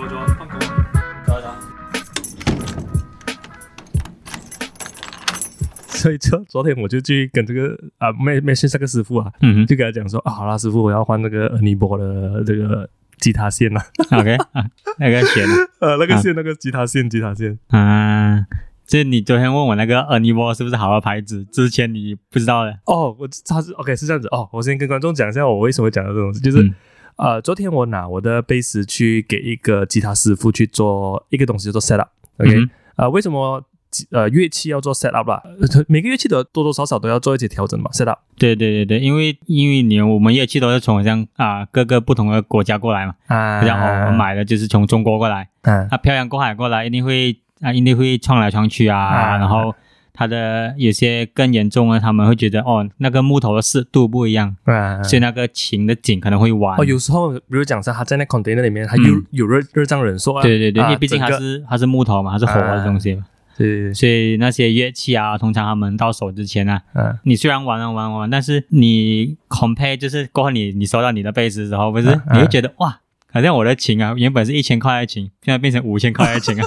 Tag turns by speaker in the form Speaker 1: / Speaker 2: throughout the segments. Speaker 1: 所以昨昨天我就去跟这个啊，没没是这个师傅啊，
Speaker 2: 嗯
Speaker 1: 就跟他讲说啊，好啦，师傅，我要换那个尼泊的这个吉他线 啦、
Speaker 2: 哼，OK，啊那个选了
Speaker 1: 呃，那个线，那个吉他线，吉他线，
Speaker 2: 啊。这你昨天问我那个 a n i v o 是不是好的牌子，之前你不知道的，
Speaker 1: 哦，我他是 OK 是这样子哦，我先跟观众讲一下我为什么会讲到这种事，就是、
Speaker 2: 嗯
Speaker 1: 呃，昨天我拿我的贝斯去给一个吉他师傅去做一个东西叫做 set up，OK，、
Speaker 2: 嗯哼
Speaker 1: 呃，为什么吉呃乐器要做 set up 啦？ 呃每个乐器都多多少少都要做一些调整嘛，set up。
Speaker 2: 对对对对，因为因为你我们乐器都是从好像啊各个不同的国家过来嘛，
Speaker 1: 啊
Speaker 2: 好像我们买的就是从中国过来，
Speaker 1: 啊
Speaker 2: 它漂洋过海过来，一定会啊，一定会撞来撞去啊。
Speaker 1: 啊
Speaker 2: 然后它的有些更严重的，他们会觉得哦，那个木头的湿度不一样，
Speaker 1: 啊
Speaker 2: 所以那个琴的颈可能会弯。啊
Speaker 1: 哦，有时候比如讲说他在那 container 里面，他有、
Speaker 2: 嗯
Speaker 1: 有热热胀冷缩啊。
Speaker 2: 对对对，因
Speaker 1: 啊
Speaker 2: 为毕竟它
Speaker 1: 整个啊
Speaker 2: 是它是木头嘛，它是活的东西嘛，
Speaker 1: 对对对，
Speaker 2: 所以那些乐器啊，通常他们到手之前啊，
Speaker 1: 嗯、啊，
Speaker 2: 你虽然玩了玩玩，但是你 compare 就是过后你你收到你的贝斯之后，不是、
Speaker 1: 啊啊
Speaker 2: 你会觉得哇，好像我的琴啊，原本是一千块的琴，现在变成五千块的琴 啊，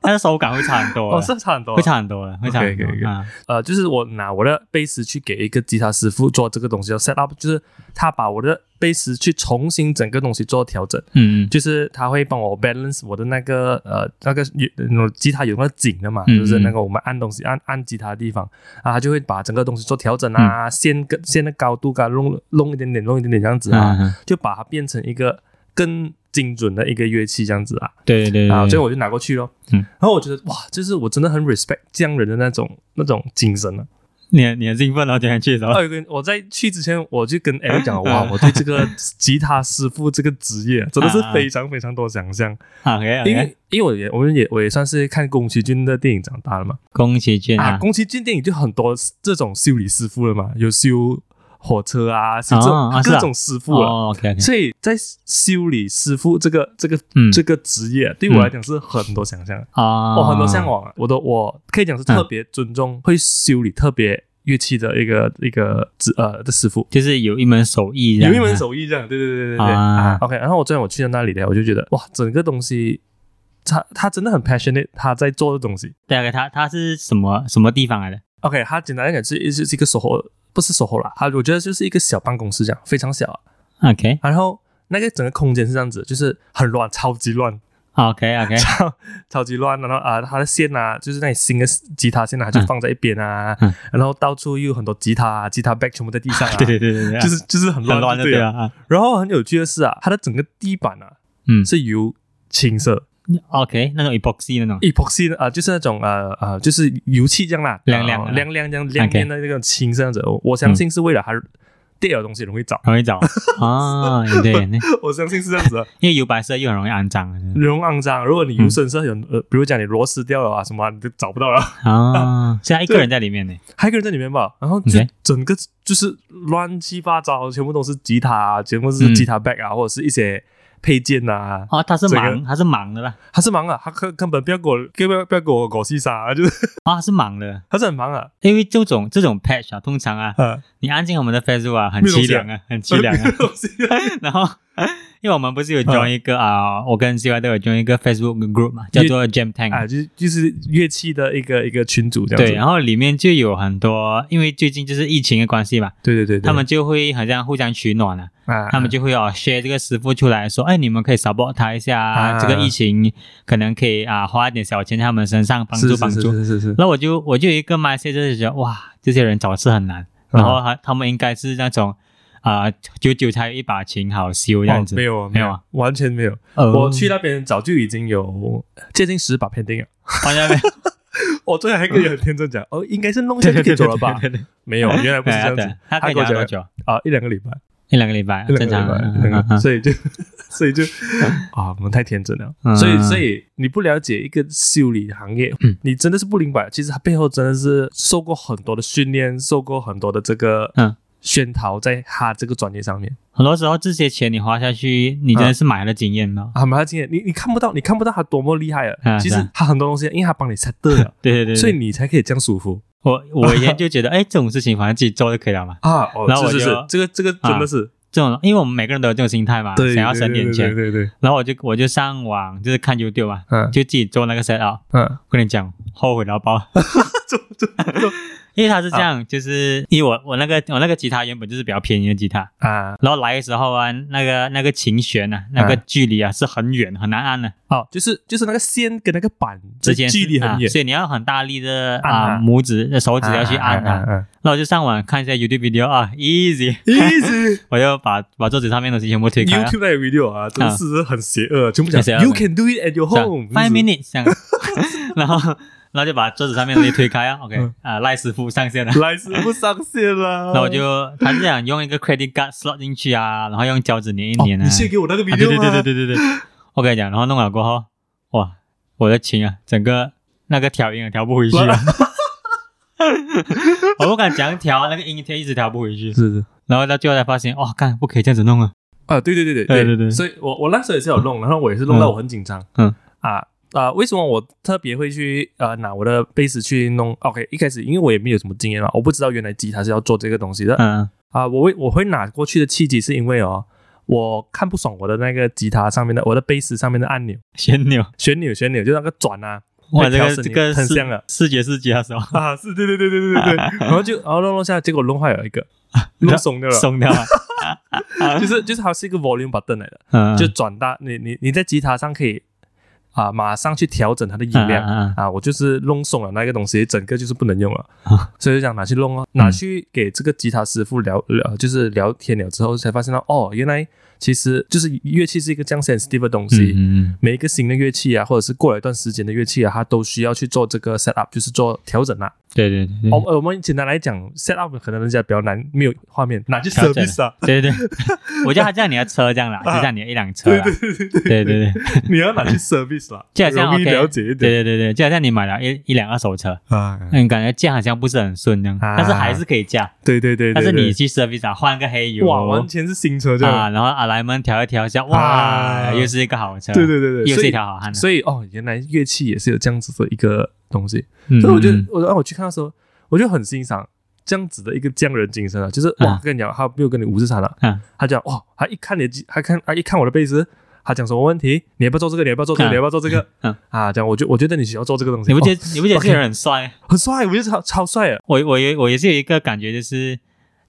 Speaker 2: 但是手感会差很多啊。
Speaker 1: 哦，是差很多啊，
Speaker 2: 会差很多了，会差很多
Speaker 1: OK，OK，OK
Speaker 2: 啊。
Speaker 1: 呃，就是我拿我的贝斯去给一个吉他师傅做这个东西叫 set up，就是他把我的贝斯去重新整个东西做调整，
Speaker 2: 嗯
Speaker 1: 就是他会帮我 balance 我的那个呃那个有那种吉他有那个颈的嘛，
Speaker 2: 嗯
Speaker 1: 就是
Speaker 2: 嗯
Speaker 1: 那个我们按东西按按吉他的地方啊，他就会把整个东西做调整啊，线跟线的高度啊，弄弄一点点，弄一点点这样子
Speaker 2: 嗯
Speaker 1: 啊，
Speaker 2: 啊，
Speaker 1: 就把它变成一个更精准的一个乐器这样子啊。
Speaker 2: 对对对
Speaker 1: 啊，
Speaker 2: 对，
Speaker 1: 所以我就拿过去咯。
Speaker 2: 嗯
Speaker 1: 然后我觉得哇，就是我真的很 respect 这样人的那种那种精神啊。
Speaker 2: 你很你很兴奋哦，今天去的时候
Speaker 1: 还有一个，我在去之前我就跟 a l 讲，哇，我对这个吉他师傅这个职业真的
Speaker 2: 啊
Speaker 1: 是非常非常多想象，
Speaker 2: ，OK OK，
Speaker 1: 因为因为我也我们也我也算是看宫崎骏的电影长大了嘛，
Speaker 2: 宫崎骏
Speaker 1: 啊，
Speaker 2: 啊，
Speaker 1: 宫崎骏电影就很多这种修理师傅了嘛，有修火车啊，修这
Speaker 2: 哦
Speaker 1: 种
Speaker 2: 啊是啊
Speaker 1: 各种师傅了。
Speaker 2: 哦，OK OK，
Speaker 1: 所以在修理师傅这个这个
Speaker 2: 嗯
Speaker 1: 这个职业，对我来讲是很多想象的。
Speaker 2: 啊，
Speaker 1: 我很多向往啊，我都我可以讲是特别尊重会修理特别乐器的一个一个职呃的师傅，
Speaker 2: 就是有一门手艺这样
Speaker 1: 有
Speaker 2: 啊，
Speaker 1: 一门手艺这样，对对对对对对。
Speaker 2: 啊
Speaker 1: OK，然后我昨天我去到那里的，我就觉得哇，整个东西他他真的很 passionate，他在做的东西。
Speaker 2: 对啊，他他是什么什么地方来的？
Speaker 1: OK，他简单来讲是是是一个售后，不是售后啦，他我觉得就是一个小办公室这样，非常小啊、
Speaker 2: OK
Speaker 1: 然后那个整个空间是这样子，就是很乱，超级乱。
Speaker 2: OK OK，
Speaker 1: 超超级乱，然后啊，它的线啊，就是那里新的吉他线啊，就放在一边啊，
Speaker 2: 嗯
Speaker 1: 然后到处又有很多吉他、啊、吉他 back 全部在地上啊，
Speaker 2: 对对对对对，
Speaker 1: 就是就是很
Speaker 2: 很
Speaker 1: 乱，
Speaker 2: 乱
Speaker 1: 就
Speaker 2: 的
Speaker 1: 对
Speaker 2: 对
Speaker 1: 了。
Speaker 2: 啊，啊
Speaker 1: 然后很有趣的是啊，它的整个地板啊
Speaker 2: 嗯
Speaker 1: 是由青色
Speaker 2: OK 那种 epoxy 那种
Speaker 1: epoxy 啊，就是那种呃呃，就是油漆这样啦，
Speaker 2: 亮亮的
Speaker 1: 呃亮亮这样亮面的那种青色这样子。我我相信是为了它掉的东西容易找，
Speaker 2: 很容易 找啊，对，那
Speaker 1: 我相信是这样子的。
Speaker 2: 因为油白色又很容易肮脏啊
Speaker 1: 容易肮脏，如果你油深色有呃，比如讲你螺丝掉了啊什么啊，你就找不到了。
Speaker 2: 啊，现在一个人在里面呢，
Speaker 1: 还有一个人在里面吧，然后就
Speaker 2: OK
Speaker 1: 整个就是乱七八糟，全部都是吉他、啊，全部是
Speaker 2: 嗯
Speaker 1: 吉他 back 啊，或者是一些配件啊。
Speaker 2: 哦，他是
Speaker 1: 这个
Speaker 2: 盲，他是盲的啦，
Speaker 1: 他是忙啊，他根根本不要给我，不要不要给我搞戏啥、啊， 就是，
Speaker 2: 啊，他是盲的
Speaker 1: 他是很忙啊，
Speaker 2: 因为这种这种 patch 啊，通常啊，
Speaker 1: 啊，
Speaker 2: 你安静我们的 Facebook 啊，很
Speaker 1: 没有东
Speaker 2: 凄
Speaker 1: 西啊
Speaker 2: 凉啊，很凄凉啊。 然后，因为我们不是
Speaker 1: 嗯
Speaker 2: 有 join 一个啊、我跟 CY 都有 join 一个 Facebook group 嘛，叫做 Jam Tank。
Speaker 1: 啊，就是就是乐器的一个一个群组这样
Speaker 2: 哎对，啊
Speaker 1: 子，
Speaker 2: 然后里面就有很多，因为最近就是疫情的关系嘛，
Speaker 1: 对对对对，
Speaker 2: 他们就会好像互相取暖了、
Speaker 1: 啊，
Speaker 2: 他们就会哦 share 这个师傅出来说，哎，你们可以 support 他一下，
Speaker 1: 啊
Speaker 2: 这个疫情可能可以啊花一点小钱在他们身上帮助
Speaker 1: 是
Speaker 2: 帮
Speaker 1: 是
Speaker 2: 助。
Speaker 1: 是是是
Speaker 2: 那我就我就有一个 mindset 就是觉得哇，这些人找事很
Speaker 1: 啊
Speaker 2: 难，然后他他们应该是那种啊、久久才有一把琴好修这样子。
Speaker 1: 哦没有啊
Speaker 2: 没有啊，
Speaker 1: 完全没有，
Speaker 2: 呃
Speaker 1: 我去那边早就已经有接近十把 pending 了，
Speaker 2: 好像没 有，
Speaker 1: 我昨天还跟人天真讲，哦，应该是弄一下就可以走 了吧？
Speaker 2: 对对对对对
Speaker 1: 没有，原来不是这样
Speaker 2: 对
Speaker 1: 子
Speaker 2: 啊，他可以
Speaker 1: 跟
Speaker 2: 讲多
Speaker 1: 我讲
Speaker 2: 久？
Speaker 1: 啊，一两个礼拜。
Speaker 2: 一两个礼拜，
Speaker 1: 一
Speaker 2: 正
Speaker 1: 两
Speaker 2: 常
Speaker 1: 个
Speaker 2: 啊。
Speaker 1: 礼拜一两
Speaker 2: 嗯
Speaker 1: 个，
Speaker 2: 嗯
Speaker 1: 所以就 所以就啊，我们太天真了。
Speaker 2: 嗯
Speaker 1: 所以所以你不了解一个修理行业，你真的是不明白，其实它背后真的是受过很多的训练，受过很多的这个
Speaker 2: 嗯
Speaker 1: 熏陶，在他这个专业上面。
Speaker 2: 很多时候这些钱你花下去，你真的是买了经验了。
Speaker 1: 啊，蛮有经验，你你看不到，你看不到他多么厉害啊。
Speaker 2: 嗯
Speaker 1: 其
Speaker 2: 是
Speaker 1: 实
Speaker 2: 啊
Speaker 1: 他很多东西，因为他帮你 set 对了，
Speaker 2: 对对对，对
Speaker 1: 所以你才可以这样舒服
Speaker 2: 我我以前就觉得，哎，这种事情反正自己做就可以了嘛。
Speaker 1: 啊。哦
Speaker 2: 然，后
Speaker 1: 是
Speaker 2: 我
Speaker 1: 是，
Speaker 2: 就是
Speaker 1: 这个这个真的是
Speaker 2: 这种，因为我们每个人都有这种心态嘛，
Speaker 1: 对，
Speaker 2: 啊想要省点钱。
Speaker 1: 对对对对对，
Speaker 2: 然后我就我就上网就是看 YouTube 嘛，
Speaker 1: 嗯
Speaker 2: 就自己做那个 set up。
Speaker 1: 嗯，
Speaker 2: 我跟你讲，后悔到爆，
Speaker 1: 就就就
Speaker 2: 因为它是这样，就是因为我我那个我那个吉他原本就是比较便宜的吉他，
Speaker 1: 啊，
Speaker 2: 然后来的时候啊，那个那个琴弦啊，那个
Speaker 1: 嗯
Speaker 2: 距离啊是很远很难按的，
Speaker 1: 哦，就是就是那个线跟那个板
Speaker 2: 之
Speaker 1: 之
Speaker 2: 间
Speaker 1: 间
Speaker 2: 是
Speaker 1: 距离
Speaker 2: 啊
Speaker 1: 很远，
Speaker 2: 所以你要很大力的
Speaker 1: 按
Speaker 2: 啊
Speaker 1: 它
Speaker 2: 拇指的手指要去按它。
Speaker 1: 啊啊啊啊
Speaker 2: 那我就上网看一下 YouTube video 啊，easy，
Speaker 1: ，easy。
Speaker 2: 我就把把桌子上面的东西全部推开了。
Speaker 1: YouTube 那个 video 啊，真是很邪恶，全部讲
Speaker 2: 很邪恶啊
Speaker 1: You can do it at your home。
Speaker 2: five minutes 这样， 然后然后就把桌子上面的东西推开啊，OK
Speaker 1: 嗯
Speaker 2: 啊、赖师傅上线了。
Speaker 1: 来师傅上线了，
Speaker 2: 那我就他是想用一个 credit card slot 进去啊，然后用胶纸粘一粘啊。
Speaker 1: 哦你先给我那个
Speaker 2: 啊对
Speaker 1: video
Speaker 2: 对
Speaker 1: 吗
Speaker 2: 对对对对对，我跟你讲，然后弄了过后，哇，我的琴啊，整个那个调音啊调不回去啊， 我不敢讲调，那个音调一直调不回去。
Speaker 1: 是是
Speaker 2: 然后到最后才发现，哇，干不可以这样子弄啊！
Speaker 1: 啊，对对对对
Speaker 2: 对对对
Speaker 1: 所以我我那时候也是有弄，然后我也是弄到我很紧张，
Speaker 2: 嗯
Speaker 1: 啊啊，为什么我特别会去呃拿我的贝斯去弄？OK，一开始因为我也没有什么经验嘛，我不知道原来吉他是要做这个东西的，
Speaker 2: 嗯
Speaker 1: 啊，我会我会拿过去的契机是因为哦，我看不爽我的那个吉他上面的我的贝斯上面的按钮
Speaker 2: 旋钮，
Speaker 1: 旋钮旋钮，就那个转啊，
Speaker 2: 哇，
Speaker 1: 会
Speaker 2: 这
Speaker 1: 调
Speaker 2: 个
Speaker 1: 整
Speaker 2: 这
Speaker 1: 你
Speaker 2: 个
Speaker 1: 很
Speaker 2: 视
Speaker 1: 像啊
Speaker 2: 视觉视觉的时候
Speaker 1: 啊，是对对对对对对对，然后就然后弄弄下，结果弄坏了 一个，弄松掉了，
Speaker 2: 松 掉了，啊
Speaker 1: 就是就是它是一个 volume button 来的，
Speaker 2: 嗯，
Speaker 1: 就转大，你你你在吉他上可以啊马上去调整它的音量。
Speaker 2: 嗯嗯嗯
Speaker 1: 啊，我就是弄松了那个东西，整个就是不能用 了，
Speaker 2: 啊
Speaker 1: 所以就想拿去弄哦，拿去给这个吉他师傅聊聊，就是聊天了之后才发现到，哦，原来其实就是乐器是一个这样 sensitive 的东西，
Speaker 2: 嗯嗯
Speaker 1: 每一个新的乐器啊，或者是过了一段时间的乐器啊，它都需要去做这个 set up，就是做调整啊。
Speaker 2: 对对对，
Speaker 1: 我、哦、呃我们简单来讲，set up 可能人家比较难，没有画面，拿去
Speaker 2: 调整
Speaker 1: service 啊，
Speaker 2: 对对 对，我觉得它像你的车这样啦，就像你的一辆车啦，对对啊对，
Speaker 1: 你要拿去 service 啦，
Speaker 2: 就好像
Speaker 1: 容易
Speaker 2: OK，
Speaker 1: 了解一点
Speaker 2: 对对对对，就好像你买了一一辆二手车，
Speaker 1: 啊。
Speaker 2: 嗯，感觉驾好像不是很顺这样，
Speaker 1: 啊
Speaker 2: 但是还是可以驾，
Speaker 1: 对对对对对，
Speaker 2: 但是你去 service 啊，换个黑油
Speaker 1: 哇，完全是新车这样。
Speaker 2: 啊，然后阿莱们调一调一下，哇，
Speaker 1: 啊
Speaker 2: 又是一个好车，
Speaker 1: 对对对对，
Speaker 2: 又
Speaker 1: 所
Speaker 2: 是一
Speaker 1: 以
Speaker 2: 条好汉啊，
Speaker 1: 所以哦，原来乐器也是有这样子的一个东西，
Speaker 2: 嗯
Speaker 1: 所以我就
Speaker 2: 嗯
Speaker 1: 我让我去看的时候，我就很欣赏这样子的一个匠人精神啊，就是
Speaker 2: 啊
Speaker 1: 哇，跟你讲，他没有跟你五四三了
Speaker 2: 啊，
Speaker 1: 他讲哇，他一看你的机，他看他一看我的贝斯。他讲什么问题？你要不要做这个？你要不要做这个？
Speaker 2: 啊
Speaker 1: 你要不要做这个
Speaker 2: 嗯？
Speaker 1: 啊，讲我觉我觉得你需要做这个东西。
Speaker 2: 你不觉
Speaker 1: 哦
Speaker 2: 得你不觉得这些人很帅？
Speaker 1: 很帅？我觉得超超帅啊！
Speaker 2: 我我也我也是有一个感觉，就是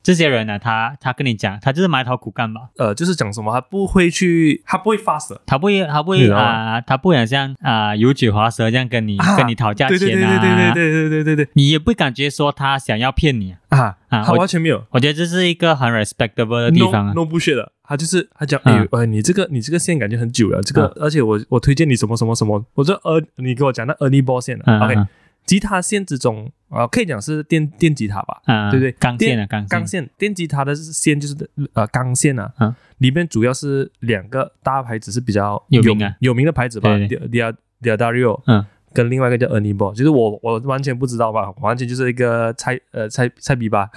Speaker 2: 这些人呢，啊他他跟你讲，他就是埋头苦干吧，
Speaker 1: 呃，就是讲什么，他不会去，他不会啊 fast 的。
Speaker 2: 他不会，他不
Speaker 1: 你
Speaker 2: 会
Speaker 1: 知道吗
Speaker 2: 啊、他不想像啊、油嘴滑舌这样跟你、
Speaker 1: 啊
Speaker 2: 跟你讨价钱
Speaker 1: 对
Speaker 2: 啊，
Speaker 1: 对对对对对对对对对对
Speaker 2: 你也不感觉说他想要骗你、啊。
Speaker 1: 啊！
Speaker 2: 啊
Speaker 1: 他
Speaker 2: 我
Speaker 1: 完全没有。
Speaker 2: 我觉得这是一个很 respectable 的地方啊。
Speaker 1: no no 不屑的，他就是他讲，
Speaker 2: 嗯
Speaker 1: 哎、呃，你这个你这个线感觉很久了，这个，
Speaker 2: 嗯
Speaker 1: 而且我我推荐你什么什么什么，我说呃，你给我讲那 Ernie Ball 线、
Speaker 2: 嗯
Speaker 1: o k
Speaker 2: 嗯
Speaker 1: 吉他线之中啊、呃可以讲是电电吉他吧，
Speaker 2: 嗯，
Speaker 1: 对不对？
Speaker 2: 钢
Speaker 1: 电
Speaker 2: 线啊，钢线，
Speaker 1: 钢线电吉他的线就是呃钢线啊，
Speaker 2: 嗯
Speaker 1: 里面主要是两个大牌子是比较
Speaker 2: 有
Speaker 1: 有
Speaker 2: 名啊
Speaker 1: 有名的牌子吧
Speaker 2: 对
Speaker 1: ，Dia Dia Dario，
Speaker 2: 嗯。
Speaker 1: 跟另外一个叫 Ernie Ball，就是我我完全不知道吧，完全就是一个菜呃菜菜 逼吧，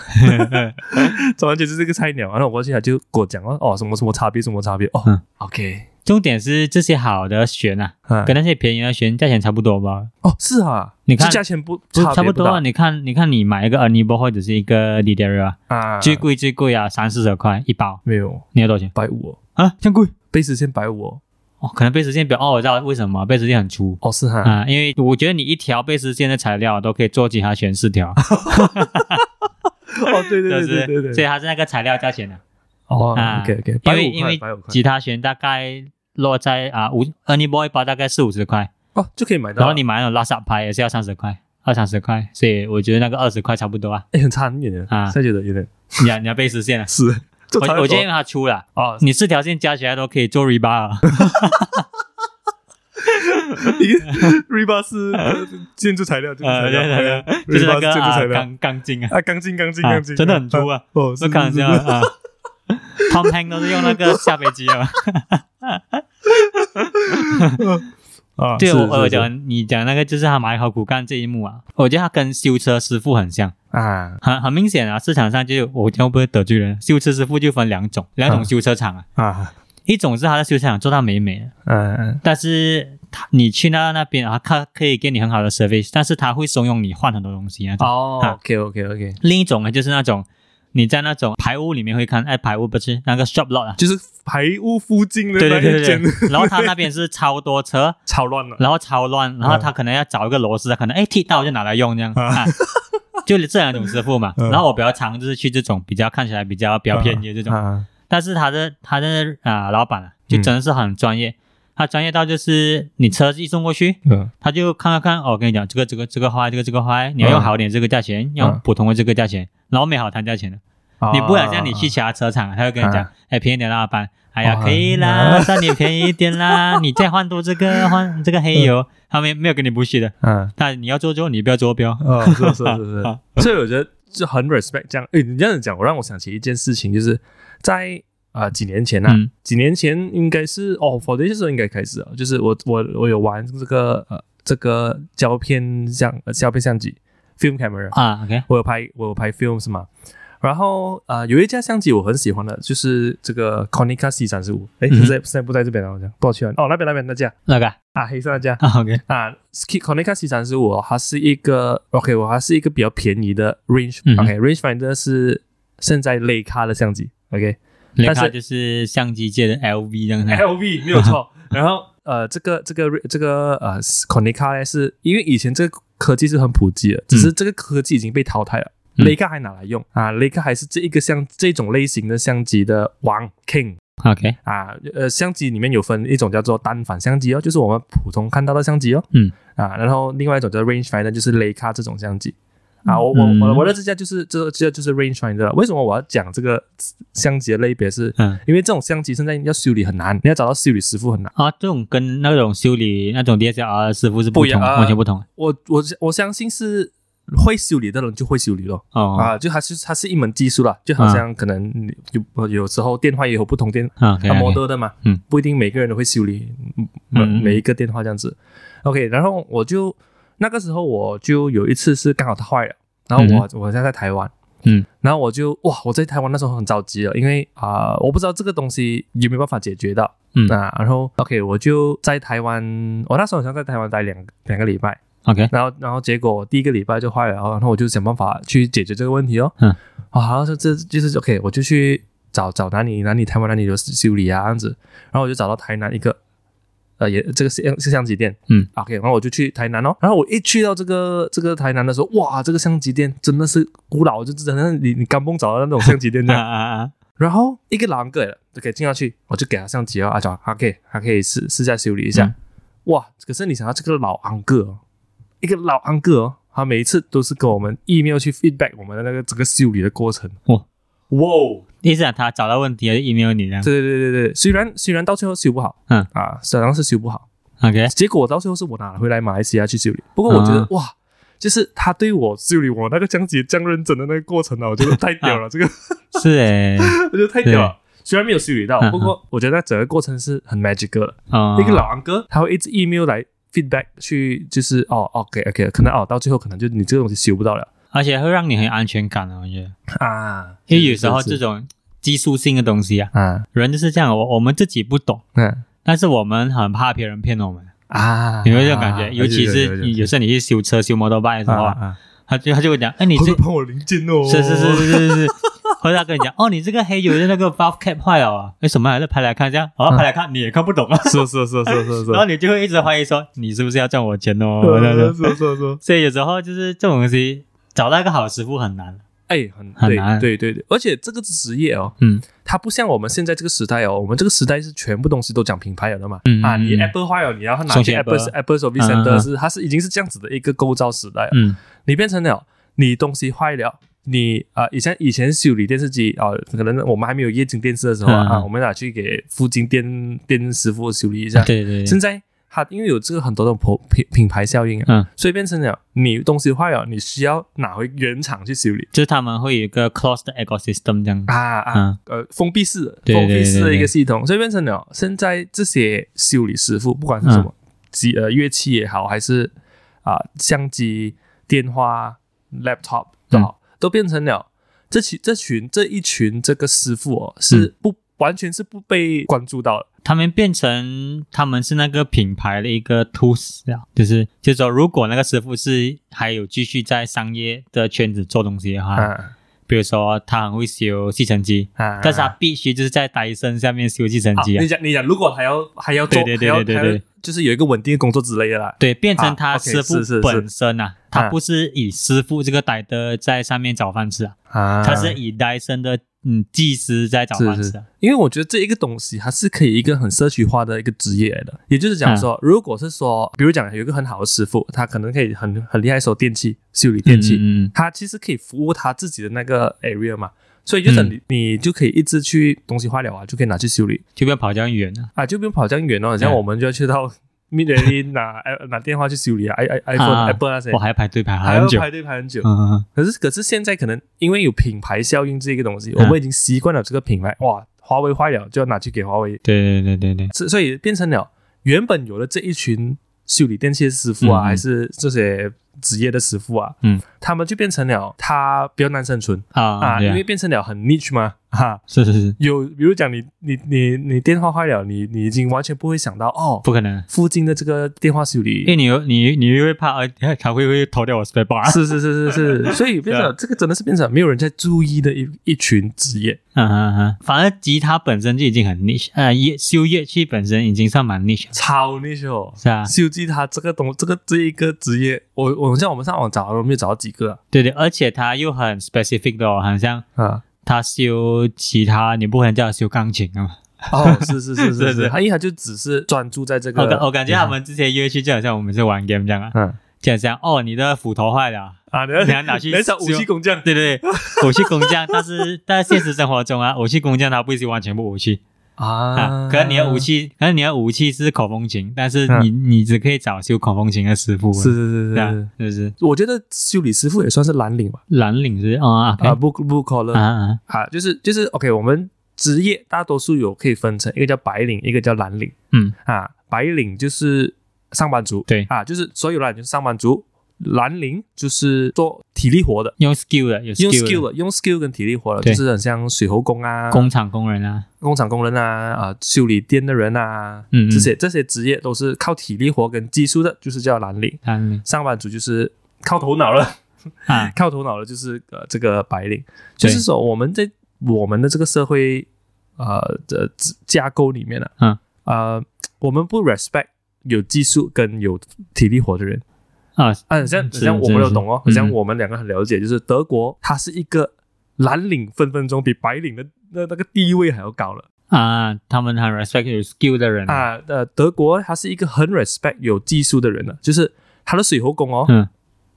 Speaker 1: 这完全就是个菜鸟。然后我过去他就跟我讲哦哦什么什么差别什么差别哦、
Speaker 2: 嗯
Speaker 1: o k
Speaker 2: 重点是这些好的弦啊，
Speaker 1: 啊
Speaker 2: 跟那些便宜的弦价钱差不多吧？
Speaker 1: 哦是啊，
Speaker 2: 你看
Speaker 1: 这价钱不
Speaker 2: 不
Speaker 1: 差
Speaker 2: 差
Speaker 1: 别
Speaker 2: 不
Speaker 1: 不
Speaker 2: 多啊。
Speaker 1: 大
Speaker 2: 你看，你看，你买一个 a n i b o 或者是一个 d i d e r 啊，
Speaker 1: 啊，
Speaker 2: 最贵最贵啊，三四十块一包，
Speaker 1: 没有
Speaker 2: 你要多少钱
Speaker 1: 百五哦
Speaker 2: 啊？这样贵？
Speaker 1: 贝斯线百五
Speaker 2: 哦，可能贝斯线比较哦，我知道为什么贝斯线很粗。
Speaker 1: 哦是哈、
Speaker 2: 啊、因为我觉得你一条贝斯线的材料都可以做其他弦四 条，
Speaker 1: 哦对对
Speaker 2: 就
Speaker 1: 对对
Speaker 2: 是
Speaker 1: 对对，
Speaker 2: 所以它是那个材料价钱的、
Speaker 1: 哦、
Speaker 2: 啊
Speaker 1: OK OK，
Speaker 2: 因
Speaker 1: 百
Speaker 2: 为
Speaker 1: 五
Speaker 2: 因
Speaker 1: 块
Speaker 2: 为
Speaker 1: 百五块
Speaker 2: 吉他弦大概落在啊五 Any Boy 包大概四五十块，
Speaker 1: 哦就可以买到，
Speaker 2: 然后你买那种拉萨牌也是要三十块，二三十块，所以我觉得那个二十块差不多啊。
Speaker 1: 哎很差很远的，
Speaker 2: 啊
Speaker 1: 现在觉得有点，
Speaker 2: 你要你要贝斯线啊
Speaker 1: 是， 就差
Speaker 2: 我
Speaker 1: 不
Speaker 2: 我觉得因
Speaker 1: 多
Speaker 2: 为它粗了，
Speaker 1: 哦
Speaker 2: 你四条线加起来都可以做 rebar，啊
Speaker 1: 一个 Riba 是建筑材料，哎建筑材
Speaker 2: 呃，对对
Speaker 1: 料，
Speaker 2: 对， 就是那
Speaker 1: Rebar
Speaker 2: 个
Speaker 1: 建筑
Speaker 2: 啊
Speaker 1: 材料
Speaker 2: 钢钢筋啊，
Speaker 1: 啊，钢筋，钢筋，
Speaker 2: 啊
Speaker 1: 钢筋，
Speaker 2: 真的很粗啊，
Speaker 1: 哦，
Speaker 2: 我
Speaker 1: 是
Speaker 2: 看一下，啊 ，Tom Hanks 都是用那个下飞机啊。
Speaker 1: 啊，
Speaker 2: 对，
Speaker 1: 是
Speaker 2: 我我
Speaker 1: 是是
Speaker 2: 讲你讲那个就是他埋头苦干这一幕啊，我觉得他跟修车师傅很像，
Speaker 1: 啊
Speaker 2: 很很明显啊，市场上就有我这样会不会得罪人？修车师傅就分两种，两种
Speaker 1: 嗯
Speaker 2: 修车厂啊，
Speaker 1: 啊
Speaker 2: 一种是他在修车厂做到美美的，
Speaker 1: 嗯
Speaker 2: 但是他你去到那边啊，他可以给你很好的 service，但是他会怂恿你换很多东西啊。
Speaker 1: 哦
Speaker 2: 啊
Speaker 1: ，OK OK OK，
Speaker 2: 另一种呢就是那种你在那种排屋里面会看，哎，排屋不是那个 shop lot 啊，
Speaker 1: 就是排屋附近的
Speaker 2: 对
Speaker 1: 那
Speaker 2: 对
Speaker 1: 一
Speaker 2: 对
Speaker 1: 间，
Speaker 2: 对对，然后他那边是超多车，
Speaker 1: 超乱了。
Speaker 2: 然后超乱，
Speaker 1: 嗯
Speaker 2: 然后他可能要找一个螺丝，他可能哎剃到就拿来用这样啊， 就这两种师傅嘛。
Speaker 1: 嗯
Speaker 2: 然后我比较常就是去这种比较看起来比较比较便宜的这种，
Speaker 1: 啊，
Speaker 2: 但是他的他的啊、老板啊，就真的是很专业，他专业到就是你车一送过去，
Speaker 1: 嗯
Speaker 2: 他就看看看，哦，我跟你讲这个这个这个坏，这个这个坏，你要
Speaker 1: 嗯
Speaker 2: 用好点这个价钱，用普通的这个价钱，然后没好谈价钱的。
Speaker 1: 哦
Speaker 2: 你不然像你去其他车厂，他会跟你讲
Speaker 1: 啊，
Speaker 2: 哎，便宜点啦，老板。哎呀，
Speaker 1: 哦
Speaker 2: 可以啦，算你便宜一点 啦，你再换多这个换这个黑油，他们没有给你补息的。
Speaker 1: 嗯，
Speaker 2: 但你要做就你不要做标。
Speaker 1: 哦，是是是 是，所以我觉得就很 respect 这样。诶，你这样子讲，我让我想起一件事情，就是在啊、呃几年前呢、啊，
Speaker 2: 嗯
Speaker 1: 几年前应该是哦 f o r d a 时候应该开始啊，就是我我我有玩这个呃这个胶片相呃胶片相机 film camera，、
Speaker 2: 啊，OK，
Speaker 1: 我有拍我有拍 film 是吗？然后啊、呃有一架相机我很喜欢的，就是这个 Konica C 三十五，哎，
Speaker 2: 嗯
Speaker 1: 现在现在不在这边了，好像不好去玩哦，那边那边那架
Speaker 2: 那个啊
Speaker 1: 啊，黑色那架，
Speaker 2: ，OK，
Speaker 1: 啊，Ski Konica C 三十五，它是一个 OK，我它是一个比较便宜的 range、
Speaker 2: 嗯
Speaker 1: OK range finder 是现在leica 的相机 OK
Speaker 2: 那
Speaker 1: 但是
Speaker 2: 它就是相机界的 LV 这样子。
Speaker 1: LV 没有错。 然后呃，这个这个这个呃 Konica 呢，是因为以前这个科技是很普及的，只是这个科技已经被淘汰了。
Speaker 2: 嗯
Speaker 1: leica 还拿来用啊，leica 还是这一个相这种类型的相机的王 King
Speaker 2: OK，
Speaker 1: 啊，呃，相机里面有分一种叫做单反相机哦，就是我们普通看到的相机哦，
Speaker 2: 嗯
Speaker 1: 啊，然后另外一种叫 rangefinder，就是雷卡这种相机啊，我我
Speaker 2: 嗯
Speaker 1: 我的我的这家就是这这就是 rangefinder，了为什么我要讲这个相机的类别是？
Speaker 2: 嗯，
Speaker 1: 因为这种相机现在要修理很难，你要找到修理师傅很难。
Speaker 2: 啊，这种跟那种修理那种 DSLR 的师傅是
Speaker 1: 不
Speaker 2: 不
Speaker 1: 一样
Speaker 2: 同，
Speaker 1: 啊
Speaker 2: 完全不同。
Speaker 1: 我我我相信是会修理的人就会修理咯。
Speaker 2: 哦，
Speaker 1: 啊，就它是它是一门技术啦，就好像可能你有有时候电话也有不同电
Speaker 2: 啊，OK，
Speaker 1: 他摩托的嘛，
Speaker 2: 嗯，
Speaker 1: 不一定每个人都会修理嗯每
Speaker 2: 嗯嗯
Speaker 1: 每一个电话这样子。OK，然后我就那个时候我就有一次是刚好它坏了，然后我、我现在在台湾，
Speaker 2: 嗯，
Speaker 1: 然后我就哇我在台湾那时候很着急了，因为啊、我不知道这个东西有没有办法解决到，
Speaker 2: 嗯
Speaker 1: 啊，然后 OK 我就在台湾，我那时候好像在台湾待两两个礼拜，
Speaker 2: OK，
Speaker 1: 然后然后结果第一个礼拜就坏了，然后我就想办法去解决这个问题哦。
Speaker 2: 嗯，
Speaker 1: 啊，然后这这就是 OK，我就去找找哪里哪里台湾哪里有修理啊这样子，然后我就找到台南一个。呃，也这个是是相机店，啊
Speaker 2: 嗯
Speaker 1: ，OK，然后我就去台南哦，然后我一去到这个这个台南的时候，哇，这个相机店真的是古老，就真的是你你刚蹦找到那种相机店这
Speaker 2: 啊
Speaker 1: 样，
Speaker 2: 啊啊，
Speaker 1: 然后一个狼哥了，就可以进下去，我就给他相机哦，阿讲他可以，他可以试试下修理一下。
Speaker 2: 嗯
Speaker 1: 哇，可是你想到这个老昂哥、哦，一个老昂哥、哦，他每一次都是跟我们 email 去 feedback 我们的那个整个修理的过程。
Speaker 2: 哇
Speaker 1: 哇哦！
Speaker 2: 意思啊，他找到问题了就 email 你这样。
Speaker 1: 对对对对对，虽然虽然到最后修不好，
Speaker 2: 嗯
Speaker 1: 啊，虽然是修不好，
Speaker 2: OK，
Speaker 1: 结果到最后是我拿回来马来西亚去修理。不过我觉得、
Speaker 2: 啊
Speaker 1: 哇，就是他对我修理我那个相机这样认真的那个过程啊，我觉得太屌
Speaker 2: 嗯
Speaker 1: 了，这个。
Speaker 2: 是欸诶，
Speaker 1: 我觉得太屌了。虽然没有修理到
Speaker 2: 嗯嗯，嗯
Speaker 1: 不过我觉得整个过程是很 magical 的。
Speaker 2: 哦，
Speaker 1: 那个老昂哥啊他会一直 email 来 feedback 去，就是哦，OK OK，可能哦，到最后可能就你这个东西修不到了
Speaker 2: 而且会让你很有安全感啊，我觉得，
Speaker 1: 啊，
Speaker 2: 因为有时候这
Speaker 1: 种
Speaker 2: 种技术性的东西啊，
Speaker 1: 啊，
Speaker 2: 人就是这样，我我们自己不懂，
Speaker 1: 嗯
Speaker 2: 但是我们很怕别人骗我们，
Speaker 1: 啊，
Speaker 2: 你会这种感觉，
Speaker 1: 啊
Speaker 2: 尤其是你有时候你去修车、修摩托 bike 的时
Speaker 1: 啊
Speaker 2: 候啊，
Speaker 1: 啊，
Speaker 2: 他就他就会讲，哎，你
Speaker 1: 会
Speaker 2: 这
Speaker 1: 不会碰我零件哦？
Speaker 2: 是是是是是是是， 或者他跟你讲，哦，你这个黑油的那个 valve cap 坏了啊，为什么还是拍来看这样？哦，拍来看你也看不懂啊，
Speaker 1: 是是是是是是
Speaker 2: 然后你就会一直怀疑说，你是不是要赚我钱哦？这样
Speaker 1: 是
Speaker 2: 子
Speaker 1: 是是 是，
Speaker 2: 所以有时候就是这种东西，找到一个好师傅很难。
Speaker 1: 哎，很
Speaker 2: 很
Speaker 1: 对
Speaker 2: 难
Speaker 1: 对对对，而且这个职业哦，
Speaker 2: 嗯，
Speaker 1: 它不像我们现在这个时代哦，我们这个时代是全部东西都讲品牌了的嘛，
Speaker 2: 嗯
Speaker 1: 啊，你
Speaker 2: 嗯
Speaker 1: Apple 坏了，你要拿
Speaker 2: 送
Speaker 1: 去
Speaker 2: 去
Speaker 1: Apple
Speaker 2: Apple
Speaker 1: Apple Service
Speaker 2: 嗯
Speaker 1: Center
Speaker 2: 嗯
Speaker 1: 是它是已经是这样子的一个构造时代了，
Speaker 2: 嗯
Speaker 1: 你变成了你东西坏了。你啊、呃以前以前修理电视机啊、可能我们还没有液晶电视的时候啊，
Speaker 2: 嗯嗯
Speaker 1: 啊我们拿去给附近店店师傅修理一下。
Speaker 2: 对对对
Speaker 1: 现，在它因为有这个很多种品品品牌效应啊，
Speaker 2: 嗯，
Speaker 1: 所以变成了你东西坏了，你需要拿回原厂去修理。
Speaker 2: 就是他们会有一个 closed ecosystem 这样。
Speaker 1: 啊啊，呃，封闭式的，
Speaker 2: 对
Speaker 1: 封闭
Speaker 2: 对
Speaker 1: 式
Speaker 2: 对
Speaker 1: 的一个
Speaker 2: 对
Speaker 1: 系统，所以变成了现在这些修理师傅，不管是什
Speaker 2: 嗯
Speaker 1: 么机呃乐器也好，还是啊、相机、电话、laptop 都好，
Speaker 2: 嗯
Speaker 1: 都变成了这群这群这一群这个师傅哦，
Speaker 2: 嗯
Speaker 1: 是不、完全是不被关注到的。
Speaker 2: 他们变成他们是那个品牌的一个 tools 啊，就是就是说，如果那个师傅是还有继续在商业的圈子做东西的话，
Speaker 1: 啊
Speaker 2: 比如说他很会修吸尘机，
Speaker 1: 啊，
Speaker 2: 但是他必须就是在戴森下面修吸尘
Speaker 1: 啊
Speaker 2: 机啊
Speaker 1: 你。讲你讲，如果还要还要做，
Speaker 2: 对对对
Speaker 1: 还要
Speaker 2: 对对
Speaker 1: 还要
Speaker 2: 对
Speaker 1: 就是有一个稳定的工作之类的啦。
Speaker 2: 对，变
Speaker 1: 啊
Speaker 2: 成他
Speaker 1: ，OK，
Speaker 2: 师傅
Speaker 1: 是是是
Speaker 2: 本身啊，
Speaker 1: 啊
Speaker 2: 他不是以师傅这个呆的在上面找饭吃啊，
Speaker 1: 啊
Speaker 2: 他是以戴森的嗯技师在找饭
Speaker 1: 是
Speaker 2: 吃
Speaker 1: 是
Speaker 2: 啊。，
Speaker 1: 因为我觉得这一个东西它是可以一个很社区化的一个职业来的，也就是讲
Speaker 2: 嗯
Speaker 1: 说，如果是说，比如讲有一个很好的师傅，他可能可以很很厉害手电器修理电器，
Speaker 2: 嗯嗯嗯
Speaker 1: 他其实可以服务他自己的那个 area 嘛，所以就是
Speaker 2: 嗯
Speaker 1: 你、你就可以一直去东西坏了啊，就可以拿去修理
Speaker 2: 就不要跑这样远了。
Speaker 1: 啊，就不用跑这样远哦，像
Speaker 2: 嗯
Speaker 1: 我们就要去到 m i d l 拿呃拿电话去修理啊，i i iPhone、
Speaker 2: 啊
Speaker 1: Apple 那些
Speaker 2: 我，还要排队排
Speaker 1: 还要
Speaker 2: 很久。
Speaker 1: 排队排很久。
Speaker 2: 嗯嗯，嗯
Speaker 1: 可是可是现在可能因为有品牌效应这个东西，
Speaker 2: 嗯
Speaker 1: 我们已经习惯了这个品牌。哇，华为坏了就要拿去给华为，
Speaker 2: 对对对对对，
Speaker 1: 所所以变成了原本有的这一群修理电器的师傅
Speaker 2: 嗯嗯
Speaker 1: 啊，还是这些职业的师傅啊，
Speaker 2: 嗯，
Speaker 1: 他们就变成了他比较难生存
Speaker 2: 啊
Speaker 1: 啊，
Speaker 2: 对
Speaker 1: 因为变成了很 niche 嘛， 哈、
Speaker 2: 是是是，
Speaker 1: 有比如讲你你你你电话坏了，你你已经完全不会想到哦，
Speaker 2: 不可能，
Speaker 1: 附近的这个电话修
Speaker 2: 因为
Speaker 1: 理。
Speaker 2: 你又你你又会怕，呃， 他会会偷掉我 spare bar。
Speaker 1: 是是是是是，所以变成
Speaker 2: 啊
Speaker 1: 了这个真的是变成了没有人在注意的一一群职业，
Speaker 2: 嗯嗯嗯，反正吉他本身就已经很 niche，呃，乐修乐器本身已经算蛮 niche 了，
Speaker 1: 超那些哦。
Speaker 2: 是啊，
Speaker 1: 修吉他这个东这个这一个职业，我我像我们上网找，我没有找到几个
Speaker 2: 对对，而且它又很 specific 的、哦，好像
Speaker 1: 啊。
Speaker 2: 他修吉他，你不可能叫他修钢琴啊嘛。
Speaker 1: 哦，是 是是
Speaker 2: 是
Speaker 1: 是是，
Speaker 2: 是
Speaker 1: 他因为他就只是专注在这
Speaker 2: 我
Speaker 1: 个
Speaker 2: 感。我感觉他们这些乐器就好像我们是玩 game 这样 啊，
Speaker 1: 嗯
Speaker 2: 就好像哦，你的斧头坏了。
Speaker 1: 啊，你要
Speaker 2: 你要拿去
Speaker 1: 你要找武器工匠
Speaker 2: 对对对，武器工匠，但是在现实生活中啊，武器工匠他不喜欢全部武器，啊，可能你的武器，可能你的武器是口风琴，但是你、你只可以找修口风琴的师傅，
Speaker 1: 嗯是是是
Speaker 2: 对啊
Speaker 1: 是。，
Speaker 2: 是不是？
Speaker 1: 我觉得修理师傅也算是蓝领吧，
Speaker 2: 蓝领是哦啊，OK
Speaker 1: 啊，不不 c a l l
Speaker 2: 啊
Speaker 1: e
Speaker 2: 啊，
Speaker 1: 啊，就是就是 OK，我们职业大多数有可以分成一个叫白领，一个叫蓝领
Speaker 2: 嗯
Speaker 1: 啊。白领就是上班族，
Speaker 2: 对
Speaker 1: 啊，就是所有人就是上班族。蓝领就是做体力活的，
Speaker 2: 用 skill 的，有
Speaker 1: 用
Speaker 2: skill 的
Speaker 1: skill 了，用 skill 跟体力活了，就
Speaker 2: 对
Speaker 1: 是很像水喉工啊、
Speaker 2: 工厂工人啊，
Speaker 1: 工厂工人啊、啊、修理店的人啊，
Speaker 2: 嗯嗯
Speaker 1: 这些这些职业都是靠体力活跟技术的，就是叫蓝领。
Speaker 2: 蓝领
Speaker 1: 上班族就是靠头脑 了，
Speaker 2: 啊，
Speaker 1: 靠头脑了就是呃这个白领。就
Speaker 2: 对
Speaker 1: 是说我们在我们的这个社会呃的制架构里面呢、
Speaker 2: 嗯
Speaker 1: 呃，我们不 respect 有技术跟有体力活的人。
Speaker 2: 啊，
Speaker 1: 啊，很像很
Speaker 2: 是
Speaker 1: 像我们
Speaker 2: 是
Speaker 1: 有
Speaker 2: 是
Speaker 1: 懂哦，
Speaker 2: 嗯
Speaker 1: 很像我们两个很了解，就是德国它是一个蓝领分分钟比白领的那那个地位还要高了
Speaker 2: 啊，他们很 respect 有 skill 的人，
Speaker 1: 啊。呃，德国它是一个很 respect 有技术的人了，就是他的水喉工哦，
Speaker 2: 嗯，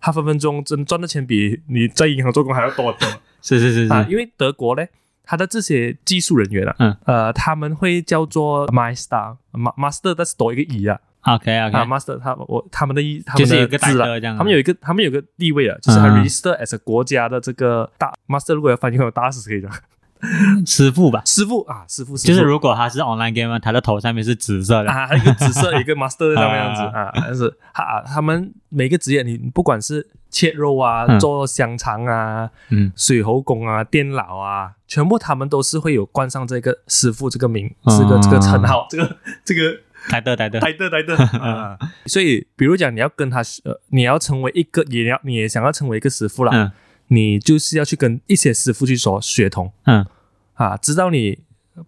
Speaker 1: 他分分钟真赚的钱比你在银行做工还要多得多
Speaker 2: 是是是是，
Speaker 1: 啊，因为德国嘞。他的这些技术人员啊，
Speaker 2: 嗯，
Speaker 1: 呃，他们会叫做 master，master，但是多一个 e 啊，
Speaker 2: OK
Speaker 1: 啊
Speaker 2: OK，
Speaker 1: ，master，他我他们的 e，他
Speaker 2: 就
Speaker 1: 们
Speaker 2: 是有
Speaker 1: 的
Speaker 2: 一个
Speaker 1: 字啊，
Speaker 2: title 这样，
Speaker 1: 他们有一个，他们有一个地位啊，就是他
Speaker 2: 嗯
Speaker 1: register as a 国家的这个大 master，如果要翻译成大师可以讲
Speaker 2: 师傅吧，
Speaker 1: 师傅啊，师傅，师傅
Speaker 2: 就是如果他是 online game，他的啊头上面是紫色的，
Speaker 1: 啊，一个紫色，一个 master 这样子
Speaker 2: 啊
Speaker 1: 啊，但是啊，他们每个职业，你不管是切肉啊，
Speaker 2: 嗯
Speaker 1: 做香肠啊，
Speaker 2: 嗯
Speaker 1: 水喉工啊，电脑啊，全部他们都是会有冠上这个师傅这个名，
Speaker 2: 嗯
Speaker 1: 这个这个称号，这个 这个
Speaker 2: 呆的呆的，
Speaker 1: 呆的呆的 啊。所以，比如讲，你要跟他，呃，你要成为一个，也要你也想要成为一个师傅啦，
Speaker 2: 嗯
Speaker 1: 你就是要去跟一些师傅去说血统
Speaker 2: 嗯
Speaker 1: 啊，直到你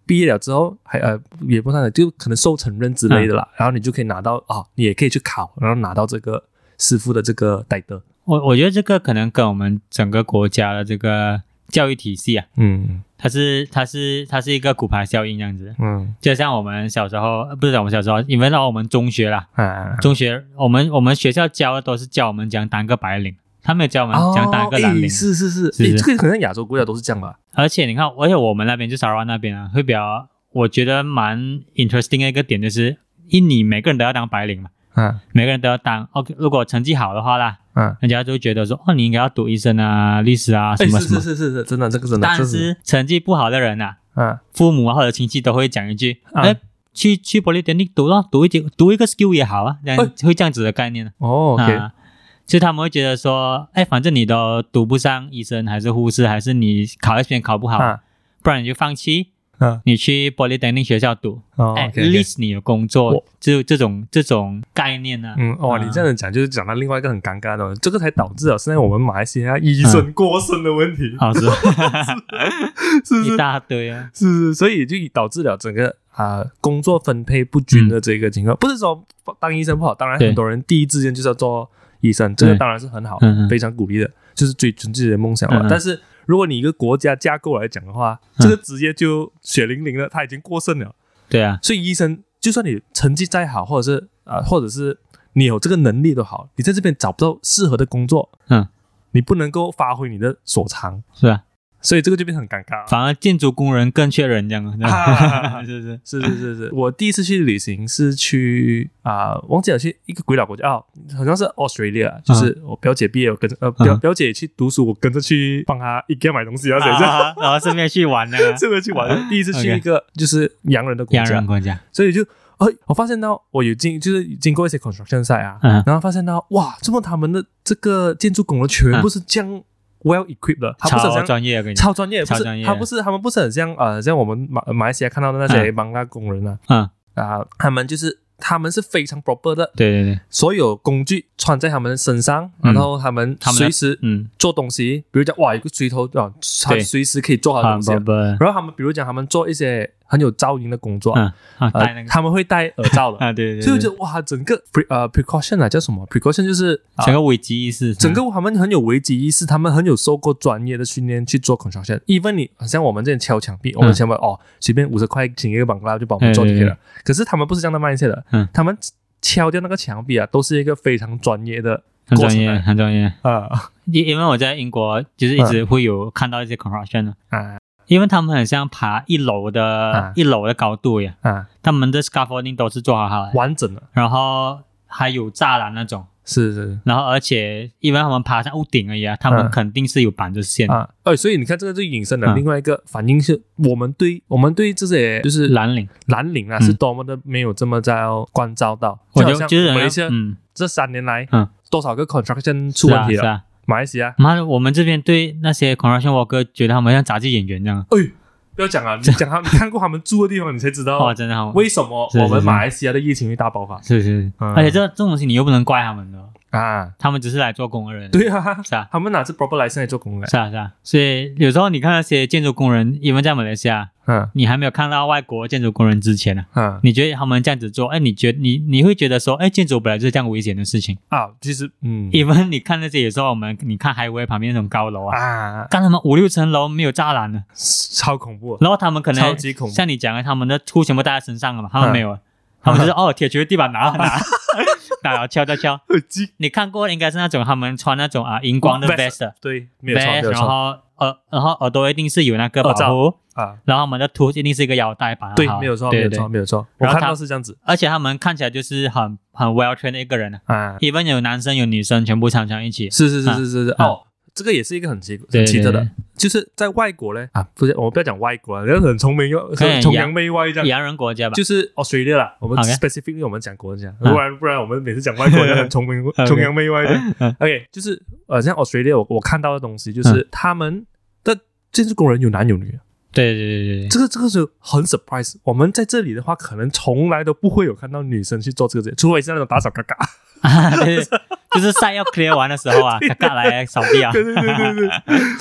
Speaker 1: 毕业了之后，还呃也不算就可能受承认之类的啦，
Speaker 2: 嗯
Speaker 1: 然后你就可以拿到啊，你也可以去考，然后拿到这个师傅的这个戴德，
Speaker 2: 我我觉得这个可能跟我们整个国家的这个教育体系啊，
Speaker 1: 嗯
Speaker 2: 它是它是它是一个骨牌效应这样子。
Speaker 1: 嗯
Speaker 2: 就像我们小时候，呃不是我们小时候，因为到我们中学啦，
Speaker 1: 啊，
Speaker 2: 中学我们我们学校教的都是教我们讲当个白领，他没有教我们
Speaker 1: 哦
Speaker 2: 讲当个蓝
Speaker 1: 诶
Speaker 2: 领。
Speaker 1: 是是是，
Speaker 2: 是
Speaker 1: 诶
Speaker 2: 是
Speaker 1: 这个可能亚洲国家都是这样吧，
Speaker 2: 而且你看，而且我们那边就沙湾那边啊，会比较我觉得蛮 interesting 的一个点就是，印尼每个人都要当白领嘛，
Speaker 1: 嗯
Speaker 2: 每个人都要当。OK，如果成绩好的话啦，
Speaker 1: 嗯，
Speaker 2: 人家就会觉得说，哦，你应该要读医生啊、律师啊什
Speaker 1: 哎
Speaker 2: 么
Speaker 1: 是
Speaker 2: 什么
Speaker 1: 是。是是是，真的这个真的，
Speaker 2: 但
Speaker 1: 这是
Speaker 2: 是成绩不好的人啊，
Speaker 1: 啊
Speaker 2: 父母啊或者亲戚都会讲一句：“
Speaker 1: 啊
Speaker 2: 哎、去去 polytechnic 读咯，读一点读一个 skill 也好啊。”这样、
Speaker 1: 哎
Speaker 2: 会这样子的概念呢、
Speaker 1: 哦
Speaker 2: 啊。
Speaker 1: ，OK，
Speaker 2: 所以他们会觉得说：“哎，反正你都读不上医生还是护士，还是你考一边考不好，
Speaker 1: 啊
Speaker 2: 不然你就放弃。
Speaker 1: 嗯
Speaker 2: 你去 polytechnic 学校读
Speaker 1: 哦
Speaker 2: at
Speaker 1: ，OK，OK
Speaker 2: least 你有工
Speaker 1: 我
Speaker 2: 作，就这种这种概念呢、啊。
Speaker 1: 嗯，哦，
Speaker 2: 啊
Speaker 1: 你这样子讲就是讲到另外一个很尴尬的东西，这个才导致了现在我们马来西亚医
Speaker 2: 嗯
Speaker 1: 生过剩的问题，
Speaker 2: 哦好是 吧
Speaker 1: 是不是
Speaker 2: 一？大堆啊，
Speaker 1: 是是，所以就导致了整个啊、工作分配不均的这个情况。不是说当医生不好，当然
Speaker 2: 对
Speaker 1: 很多人第一志愿就是要做医生，这个
Speaker 2: 对
Speaker 1: 当然是很好，
Speaker 2: 嗯嗯
Speaker 1: 非常鼓励的，就是追寻自己的梦想嘛。
Speaker 2: 嗯嗯
Speaker 1: 但是如果你一个国家架构来讲的话，
Speaker 2: 嗯
Speaker 1: 这个职业就血淋淋了，它已经过剩了。
Speaker 2: 对啊，
Speaker 1: 所以医生就算你成绩再好，或者是啊、或者是你有这个能力都好，你在这边找不到适合的工作，
Speaker 2: 嗯，
Speaker 1: 你不能够发挥你的所长，
Speaker 2: 是吧？
Speaker 1: 所以这个就变得很尴尬了。
Speaker 2: 反而建筑工人更缺人，这样
Speaker 1: 啊
Speaker 2: 啊，是不是？
Speaker 1: 是是是是，我第一次去旅行是去啊、忘记了去一个鬼岛国家哦，好像是
Speaker 2: 啊
Speaker 1: Australia，就是我表姐毕业，我跟着呃表
Speaker 2: 嗯
Speaker 1: 表姐去读书，我跟着去帮她一个买东西啊，谁知道？
Speaker 2: 啊然后顺便去玩 那个
Speaker 1: 这个去玩，第一次去一个就是洋人的国
Speaker 2: 洋人
Speaker 1: 家，
Speaker 2: 国家，
Speaker 1: 所以就哎，我发现到我有经就是经过一些 construction site 啊，
Speaker 2: 嗯
Speaker 1: 然后发现到哇，这么他们的这个建筑工人全部是这样 well equipped 的，他不
Speaker 2: 嗯超
Speaker 1: 是很像
Speaker 2: 专业，我啊跟你讲，
Speaker 1: 超专业，不
Speaker 2: 超
Speaker 1: 是
Speaker 2: 专业
Speaker 1: 他不是他们不是很像呃像我们马马来西亚看到的那些邦拉工人啊，
Speaker 2: 嗯，
Speaker 1: 啊、他们就是他们是非常 proper 的，
Speaker 2: 对对对，
Speaker 1: 所有工具穿在他们身上，
Speaker 2: 嗯
Speaker 1: 然后他们
Speaker 2: 他们
Speaker 1: 随时
Speaker 2: 嗯，
Speaker 1: 做东西，比如讲哇有个锤头啊，他
Speaker 2: 对
Speaker 1: 随时可以做好
Speaker 2: 啊
Speaker 1: 东西
Speaker 2: 不
Speaker 1: 啊。
Speaker 2: 不，
Speaker 1: 然后他们比如讲他们做一些很有噪音的工作啊，
Speaker 2: 嗯啊，戴那
Speaker 1: 呃，
Speaker 2: 个
Speaker 1: 他们会戴耳罩的，
Speaker 2: 啊，对对，
Speaker 1: 所以我
Speaker 2: 对
Speaker 1: 觉得哇，整个 pre 呃 precaution 啊叫什么 precaution 就是、啊
Speaker 2: 整个危机意识，嗯
Speaker 1: 整个他们很有危机意识，他们很有受过专业的训练去做
Speaker 2: 嗯
Speaker 1: construction。even 你啊像我们这里敲墙壁，我们想不到哦，随便五十块请一个绑拉就帮我们做就可以了。可是他们不是这样的 mindset 的，
Speaker 2: 嗯
Speaker 1: 他们敲掉那个墙壁啊，都是一个非常专业的
Speaker 2: 很
Speaker 1: 过
Speaker 2: 专
Speaker 1: 程
Speaker 2: 业，
Speaker 1: 来
Speaker 2: 很专业。嗯
Speaker 1: 啊
Speaker 2: 因因为我在英国，就是一直会有看到一些 construction 的，
Speaker 1: 啊
Speaker 2: 因为他们很像爬一楼
Speaker 1: 啊
Speaker 2: 的一楼的高度呀，
Speaker 1: 啊，
Speaker 2: 他们的 scaffolding 都是做好好的，
Speaker 1: 完整的，
Speaker 2: 然后还有栅栏那种，
Speaker 1: 是是
Speaker 2: 然后而且因为他们爬上屋顶而已啊，他们
Speaker 1: 嗯
Speaker 2: 肯定是有绑着线
Speaker 1: 是，啊，哎，所以你看这个就引申了
Speaker 2: 啊
Speaker 1: 另外一个反应是，我们对我们对这些就是
Speaker 2: 蓝领，
Speaker 1: 蓝领啊，
Speaker 2: 嗯
Speaker 1: 是多么的没有这么在关照到，
Speaker 2: 我
Speaker 1: 好
Speaker 2: 就
Speaker 1: 像
Speaker 2: 就是
Speaker 1: 马来
Speaker 2: 好
Speaker 1: 西亚
Speaker 2: 像嗯，
Speaker 1: 这三年来
Speaker 2: 嗯，
Speaker 1: 多少个 construction 出
Speaker 2: 是
Speaker 1: 问
Speaker 2: 啊
Speaker 1: 题
Speaker 2: 是
Speaker 1: 了，
Speaker 2: 啊，
Speaker 1: 马来西亚。
Speaker 2: 妈的，我们这边对那些 construction worker 觉得他们像杂技演员这样，
Speaker 1: 哎，不要讲啊，你讲他，你看过他们住的地方，你才知
Speaker 2: 哦，
Speaker 1: 道
Speaker 2: 真的好，
Speaker 1: 为什么
Speaker 2: 是是
Speaker 1: 我们
Speaker 2: 是
Speaker 1: 马来西亚的疫情会大爆发
Speaker 2: 是是，是
Speaker 1: 嗯
Speaker 2: 而且这这种东西你又不能怪他们的，
Speaker 1: 啊？
Speaker 2: 他们只是来做工的人，
Speaker 1: 对啊，
Speaker 2: 是啊。
Speaker 1: 他们哪是 proper 来现在做工的？
Speaker 2: 是啊是啊，所以有时候你看那些建筑工人，因为在马来西亚，
Speaker 1: 嗯
Speaker 2: 你还没有看到外国建筑工人之前呢、啊，
Speaker 1: 嗯
Speaker 2: 你觉得他们这样子做，哎，你觉你你会觉得说，哎，建筑本来就是这样危险的事情。
Speaker 1: 啊，其实嗯
Speaker 2: 因为你看那些有时候我们你看海威旁边那种高楼啊，
Speaker 1: 啊，
Speaker 2: 干他们五六层楼没有栅栏的，
Speaker 1: 超恐怖，啊
Speaker 2: 然后他们可能
Speaker 1: 超级恐怖
Speaker 2: 像你讲的，他们的出全部带在身上了啊嘛，他们
Speaker 1: 嗯
Speaker 2: 没有，他们就是哦铁锤地板拿拿拿然后敲敲敲。
Speaker 1: 耳机
Speaker 2: 你看过应该是那种他们穿那种啊荧光的
Speaker 1: 哦 Vest
Speaker 2: vest 的
Speaker 1: 对，没有错，没
Speaker 2: vest，
Speaker 1: 有
Speaker 2: 然
Speaker 1: 错
Speaker 2: 后耳然后耳朵一定是有那个
Speaker 1: 耳
Speaker 2: 保
Speaker 1: 罩
Speaker 2: 护。
Speaker 1: 啊，
Speaker 2: 然后我们的图一定是一个腰带吧？
Speaker 1: 对
Speaker 2: 好，
Speaker 1: 没有错，没
Speaker 2: 对
Speaker 1: 有
Speaker 2: 对
Speaker 1: 错，
Speaker 2: 对
Speaker 1: 没有错，我
Speaker 2: 然后
Speaker 1: 看
Speaker 2: 他
Speaker 1: 到是这样子
Speaker 2: 而且他们看起来就是很很 well trained 的一个人啊
Speaker 1: 啊，
Speaker 2: ，even 有男生有女生，全部常常一起。
Speaker 1: 是是是
Speaker 2: 啊
Speaker 1: 是是是
Speaker 2: 啊
Speaker 1: 哦。这个也是一个很奇
Speaker 2: 对
Speaker 1: 很
Speaker 2: 对
Speaker 1: 奇特
Speaker 2: 对，
Speaker 1: 的
Speaker 2: 嗯
Speaker 1: 就是在外国嘞啊，不是我们不要讲外国啊，人家很崇明又
Speaker 2: 哎
Speaker 1: 崇
Speaker 2: 洋
Speaker 1: 洋媚外这样，
Speaker 2: 洋人国家吧？
Speaker 1: 就是 Australia 啦，我们
Speaker 2: OK
Speaker 1: specifically 我们讲国人讲，
Speaker 2: 嗯
Speaker 1: 不然不然我们每次讲外国人 很崇明崇洋媚外的
Speaker 2: 嗯。
Speaker 1: OK，就是呃，像 Australia 我我看到的东西就是他们的建筑工人有男有女，啊
Speaker 2: 对对对对对，
Speaker 1: 这个这个是很 surprise。我们在这里的话，可能从来都不会有看到女生去做这个，除非是那种打扫 嘎嘎。
Speaker 2: 啊对对对就是赛要 clear 完的时候 啊，嘎嘎来扫地啊
Speaker 1: 对对对对对，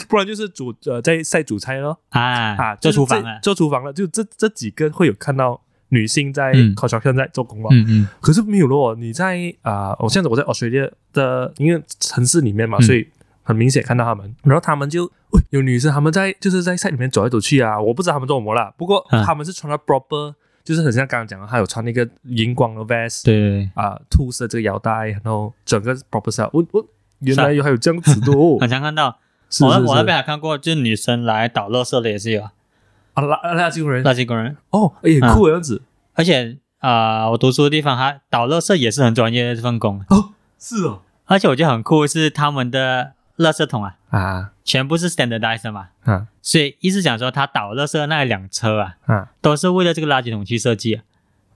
Speaker 1: 不然就是煮呃在晒主菜咯啊，
Speaker 2: 啊，
Speaker 1: 就
Speaker 2: 做
Speaker 1: 是
Speaker 2: 厨房
Speaker 1: 这
Speaker 2: 啊，
Speaker 1: 做厨房了，就这这几个会有看到女性在
Speaker 2: 嗯
Speaker 1: construction 在做工吧。
Speaker 2: 嗯嗯
Speaker 1: 可是没有咯，你在啊、我现在我在 Australia 的因为城市里面嘛，
Speaker 2: 嗯
Speaker 1: 所以很明显看到他们，然后他们就、喂有女生，他们在就是在赛里面走来走去啊，我不知道他们做什么啦，不过
Speaker 2: 啊
Speaker 1: 他们是穿的 proper，就是很像刚刚讲的，他有穿那个荧光的 vest，
Speaker 2: 对对
Speaker 1: 啊、兔色这个腰带，然后整个 proper style，我我原
Speaker 2: 是啊
Speaker 1: 来有还有这样子的哦
Speaker 2: 对，很，常看到。
Speaker 1: 是
Speaker 2: 我
Speaker 1: 是
Speaker 2: 我那边
Speaker 1: 是，
Speaker 2: 还看过，就是女生来倒垃圾的也是有啊，
Speaker 1: 啊拉拉金人
Speaker 2: 垃圾工人，
Speaker 1: 哦，哎
Speaker 2: 啊
Speaker 1: 很酷的样子、
Speaker 2: 而且啊，我读书的地方，他倒垃圾也是很专业的这份工，
Speaker 1: 哦，是哦
Speaker 2: 而且我觉得很酷是他们的垃圾桶啊，
Speaker 1: 啊
Speaker 2: 全部是 standardized 的嘛，
Speaker 1: 啊
Speaker 2: 所以意思讲说，他倒垃圾的那辆车啊，
Speaker 1: 啊
Speaker 2: 都是为了这个垃圾桶去设计的，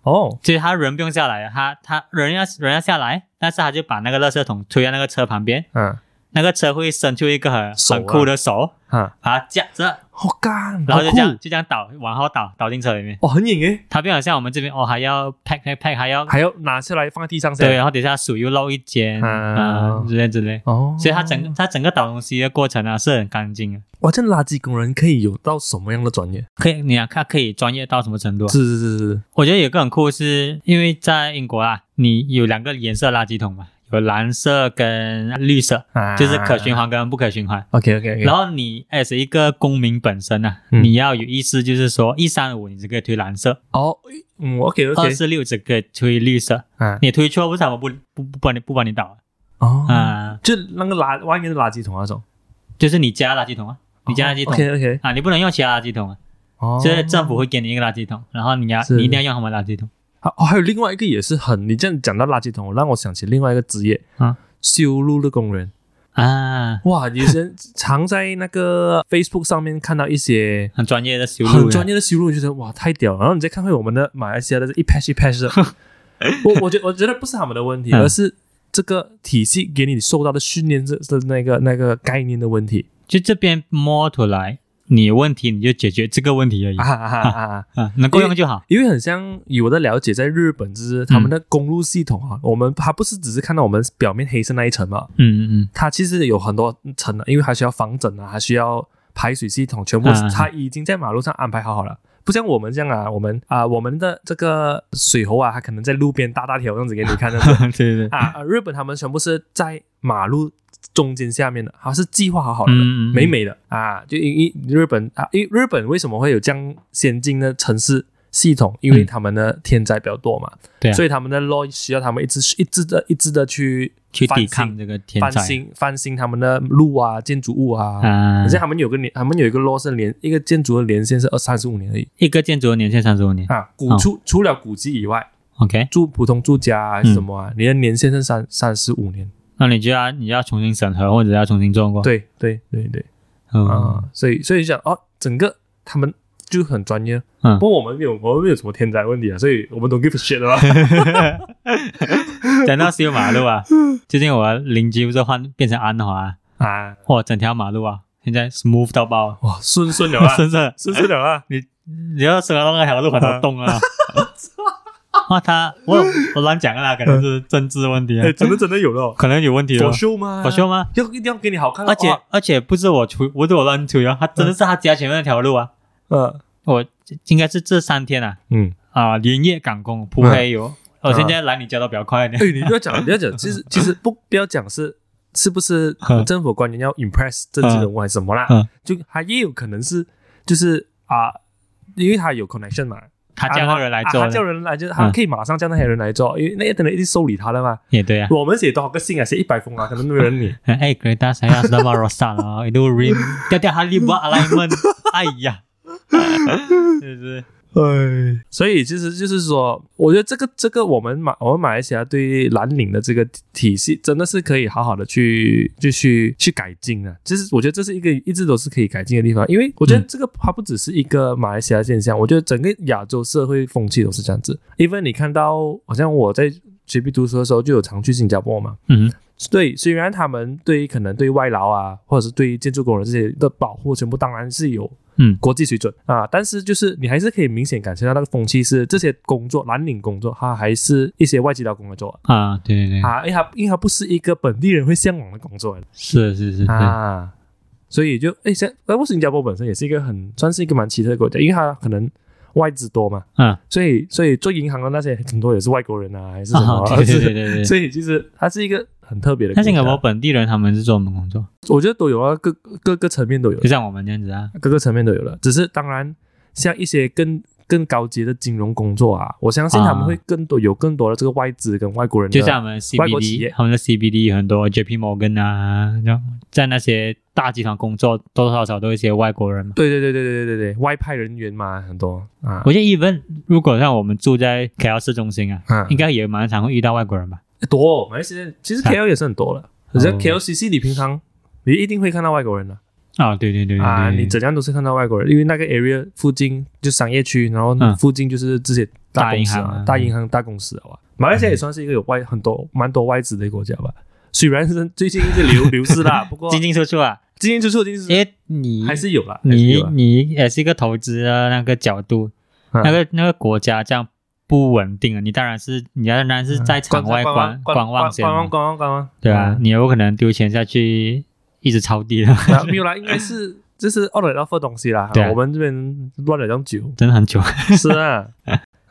Speaker 1: 哦
Speaker 2: 所以他人不用下来啊，他他人要人要下来，但是他就把那个垃圾桶推到那个车旁边，
Speaker 1: 啊
Speaker 2: 那个车会伸出一个很
Speaker 1: 手啊
Speaker 2: 很酷的手，
Speaker 1: 啊
Speaker 2: 把它夹着，
Speaker 1: 好干，
Speaker 2: 然后就
Speaker 1: 好酷
Speaker 2: 这样就这样倒往后倒倒进车里面。
Speaker 1: 哦，很硬诶，
Speaker 2: 它并好像我们这边哦还要 pack pack pack 还要
Speaker 1: 还要拿下来放在地上先。
Speaker 2: 对，然后啊等一下鼠又漏一间
Speaker 1: 啊
Speaker 2: 啊之类之类，
Speaker 1: 哦，
Speaker 2: 所以它整个它整个倒东西的过程啊是很干净的。
Speaker 1: 哇，这样垃圾工人可以有到什么样的专业？
Speaker 2: 可以，你啊，它可以专业到什么程度啊？
Speaker 1: 是是是是，
Speaker 2: 我觉得有个很酷是，因为在英国啊，你有两个颜色垃圾桶嘛，有蓝色跟绿色，
Speaker 1: 啊
Speaker 2: 就是可循。环跟不可循环。
Speaker 1: OK OK OK，
Speaker 2: 然后你 as 一个公民本身啊，
Speaker 1: 嗯
Speaker 2: 你要有意识，就是说一三五你只可以推蓝色，
Speaker 1: 哦，嗯，OK
Speaker 2: 二
Speaker 1: OK，
Speaker 2: 四六只可以推绿色，
Speaker 1: 啊，
Speaker 2: 你推错为什么不不不帮你不帮你倒
Speaker 1: 哦，
Speaker 2: 啊？啊，
Speaker 1: 就那个垃外面的垃圾桶那啊种，
Speaker 2: 就是你家垃圾桶啊，你家垃圾桶、
Speaker 1: OK OK，
Speaker 2: 啊，你不能用其他垃圾桶啊，
Speaker 1: 哦，
Speaker 2: 就是政府会给你一个垃圾桶，然后你要
Speaker 1: 是
Speaker 2: 你一定要用他们垃圾桶。
Speaker 1: 啊哦，还有另外一个也是很，你这样讲到垃圾桶，让我想起另外一个职业
Speaker 2: 啊，
Speaker 1: 修路的工人。
Speaker 2: 啊，
Speaker 1: 哇，以前常在那个 Facebook 上面看到一些
Speaker 2: 很专业的修路，啊
Speaker 1: 很专业的修路，就觉得哇太屌了。然后你再看回我们的马来西亚的这一 patch 一 patch 的，我我觉我觉得不是他们的问题，
Speaker 2: 嗯
Speaker 1: 而是这个体系给你受到的训练这的那个那个概念的问题
Speaker 2: 就这边摸出来，你有问题你就解决这个问题而已
Speaker 1: 啊
Speaker 2: 啊
Speaker 1: 啊啊啊啊！
Speaker 2: 能够用就好。
Speaker 1: 因为很像有的了解，在日本就是他们的公路系统啊，我们它不是只是看到我们表面黑色那一层嘛，
Speaker 2: 嗯嗯
Speaker 1: 它其实有很多层的，因为还需要防整啊，还需要排水系统，全部
Speaker 2: 啊
Speaker 1: 它已经在马路上安排好好了。不像我们这样啊，我们啊、我们的这个水喉啊，它可能在路边大大条这样子给你看的
Speaker 2: 嗯，对对对，
Speaker 1: 啊啊。日本他们全部是在马路中间下面的，它是计划好好的，
Speaker 2: 嗯嗯嗯
Speaker 1: 美美的啊。就因因日本啊，因为日本为什么会有这样先进的城市系统？因为
Speaker 2: 嗯
Speaker 1: 他们的天灾比较多嘛，
Speaker 2: 对啊
Speaker 1: 所以他们的 law 需要他们一直一直的一直的去
Speaker 2: 去
Speaker 1: 翻
Speaker 2: 抵
Speaker 1: 新
Speaker 2: 抗这个天
Speaker 1: 翻
Speaker 2: 才
Speaker 1: 新翻新他们的路啊、建筑物啊。
Speaker 2: 啊
Speaker 1: 可是。他们有个年，他们有一个 law 是连一个建筑的年限是二三十五年而已
Speaker 2: 一个建筑的年限三十五年
Speaker 1: 啊。古
Speaker 2: 哦
Speaker 1: 除、除了古迹以外，
Speaker 2: ，OK，
Speaker 1: 住普通住家啊还是什么啊，
Speaker 2: 嗯
Speaker 1: 你的年限是三三十五年。
Speaker 2: 那你就要你要重新审核或者要重新做过。，
Speaker 1: 对对对对
Speaker 2: 嗯
Speaker 1: 啊，所以所以想哦，整个他们就很专业。
Speaker 2: 嗯
Speaker 1: 不过我们没有我们没有什么天灾问题啊，所以我们都 give a shit 了。啊
Speaker 2: 讲到修马路啊，最近我邻居不是换变成安华啊，
Speaker 1: 啊，
Speaker 2: 哇，整条马路啊，现在 smooth 到爆，
Speaker 1: 哇，顺顺了 啊，
Speaker 2: 真的，
Speaker 1: 顺顺了 啊。
Speaker 2: 你要走到那条路很多洞啊。哇，他我我乱讲啊，可能是政治问题啊
Speaker 1: 哎，，真的真的有了，
Speaker 2: 可能有问题
Speaker 1: 搞
Speaker 2: 了，
Speaker 1: 秀吗？
Speaker 2: 搞笑吗？
Speaker 1: 要一定要给你好看啊，
Speaker 2: 而且
Speaker 1: 哇
Speaker 2: 而且不是我吹，不是我乱吹啊，他真的是他家前面那条路啊，
Speaker 1: 呃
Speaker 2: 我应该是这三天啊
Speaker 1: 嗯。
Speaker 2: 啊连夜赶工铺黑油，我现在来你家都比较快一点
Speaker 1: 哎、，你不要 讲，你不要讲，其实其实不不要讲是是不是
Speaker 2: 嗯
Speaker 1: 政府官员要 impress 政治人物还是什么啦，
Speaker 2: 嗯
Speaker 1: 就他也有可能是就是啊、因为他有 connection 嘛，
Speaker 2: 他叫那个人来做
Speaker 1: 啊，他叫
Speaker 2: 的，嗯
Speaker 1: 人来就他可以马上叫那些人来做，因为那些人一定收理他的嘛。
Speaker 2: 也对啊。
Speaker 1: 我们写多少个信啊，写一百封啊，可能都没有人理。
Speaker 2: 哎，Greta 想要 s t a r r o s a 啊，一路 rim 掉掉哈利波 alignment，哎呀，是不是？
Speaker 1: 哎，所以其实就是说，我觉得这个这个我们马我们马来西亚对蓝领的这个体系，真的是可以好好的去就去去改进啊。其实我觉得这是一个一直都是可以改进的地方，因为我觉得这个它不只是一个马来西亚现象，我觉得整个亚洲社会风气都是这样子。因为你看到，好像我在学毕读书的时候就有常去新加坡嘛，
Speaker 2: 嗯
Speaker 1: 对，虽然他们对于可能对外劳啊，或者是对于建筑工人这些的保护，全部当然是有
Speaker 2: 嗯
Speaker 1: 国际水准啊，但是就是你还是可以明显感觉到那个风气是这些工作蓝领工作，它还是一些外籍劳工来做
Speaker 2: 啊，对对对，
Speaker 1: 啊，因为它因为它不是一个本地人会向往的工作来的
Speaker 2: 是是是，对
Speaker 1: 啊，所以就哎，像不过新加坡本身也是一个很算是一个蛮奇特的国家，因为它可能外资多嘛，
Speaker 2: 嗯，
Speaker 1: 所以所以做银行的那些很多也是外国人啊，还是什么，
Speaker 2: 啊对对对对对。
Speaker 1: 所以其实它是一个很特别的
Speaker 2: 那
Speaker 1: 国家。
Speaker 2: 新加坡本地人他们是做什么工作？
Speaker 1: 我觉得都有啊，各各个层面都有
Speaker 2: 就，像我们这样子啊，
Speaker 1: 各个层面都有了。只是当然，像一些更更高级的金融工作啊，我相信他们
Speaker 2: 啊
Speaker 1: 会更多有更多的这个外资跟外国人的，
Speaker 2: 就像我们
Speaker 1: 啊外国企业
Speaker 2: CBD，他们的 CBD 有很多 JP Morgan 啊，然后在那些大集团工作，多多少少都有一些外国人嘛。
Speaker 1: 对对对对对对对对，外派人员嘛，很多啊
Speaker 2: 我觉得 even 如果像我们住在 KL 市中心啊，
Speaker 1: 啊
Speaker 2: 应该也蛮常会遇到外国人吧？
Speaker 1: 多。马来西亚其实
Speaker 2: 啊
Speaker 1: KL 也是很多了，可是
Speaker 2: 哦
Speaker 1: KLCC 你平常你一定会看到外国人的
Speaker 2: 啊，对对对对
Speaker 1: 啊，
Speaker 2: 对
Speaker 1: 你怎样都是看到外国人，因为那个 area 附近就商业区，然后
Speaker 2: 嗯
Speaker 1: 附近就是这些大公司
Speaker 2: 大银行
Speaker 1: 啊
Speaker 2: 啊、
Speaker 1: 大银行、大公司啊。马来西亚也算是一个有外 很多蛮多外资的一个国家吧，虽然是最近一直流流失啦，不过
Speaker 2: 进进出出啊，
Speaker 1: 进进出出，进进出
Speaker 2: 因
Speaker 1: 出，
Speaker 2: 为你
Speaker 1: 还是有啦，还是
Speaker 2: 你
Speaker 1: 有啦
Speaker 2: 你也是一个投资的那个角度，
Speaker 1: 嗯
Speaker 2: 那个那个国家这样不稳定啊，你当然是你当然是在场外观
Speaker 1: 观
Speaker 2: 观望先
Speaker 1: 观
Speaker 2: 嘛
Speaker 1: 望，观望观望，
Speaker 2: 对啊，
Speaker 1: 嗯
Speaker 2: 你有可能丢钱下去一直抄底了，
Speaker 1: 啊没有啦，应该是就是二垒到份东西啦
Speaker 2: 对啊，
Speaker 1: 我们这边乱了张酒，
Speaker 2: 真的很久。
Speaker 1: 是 啊，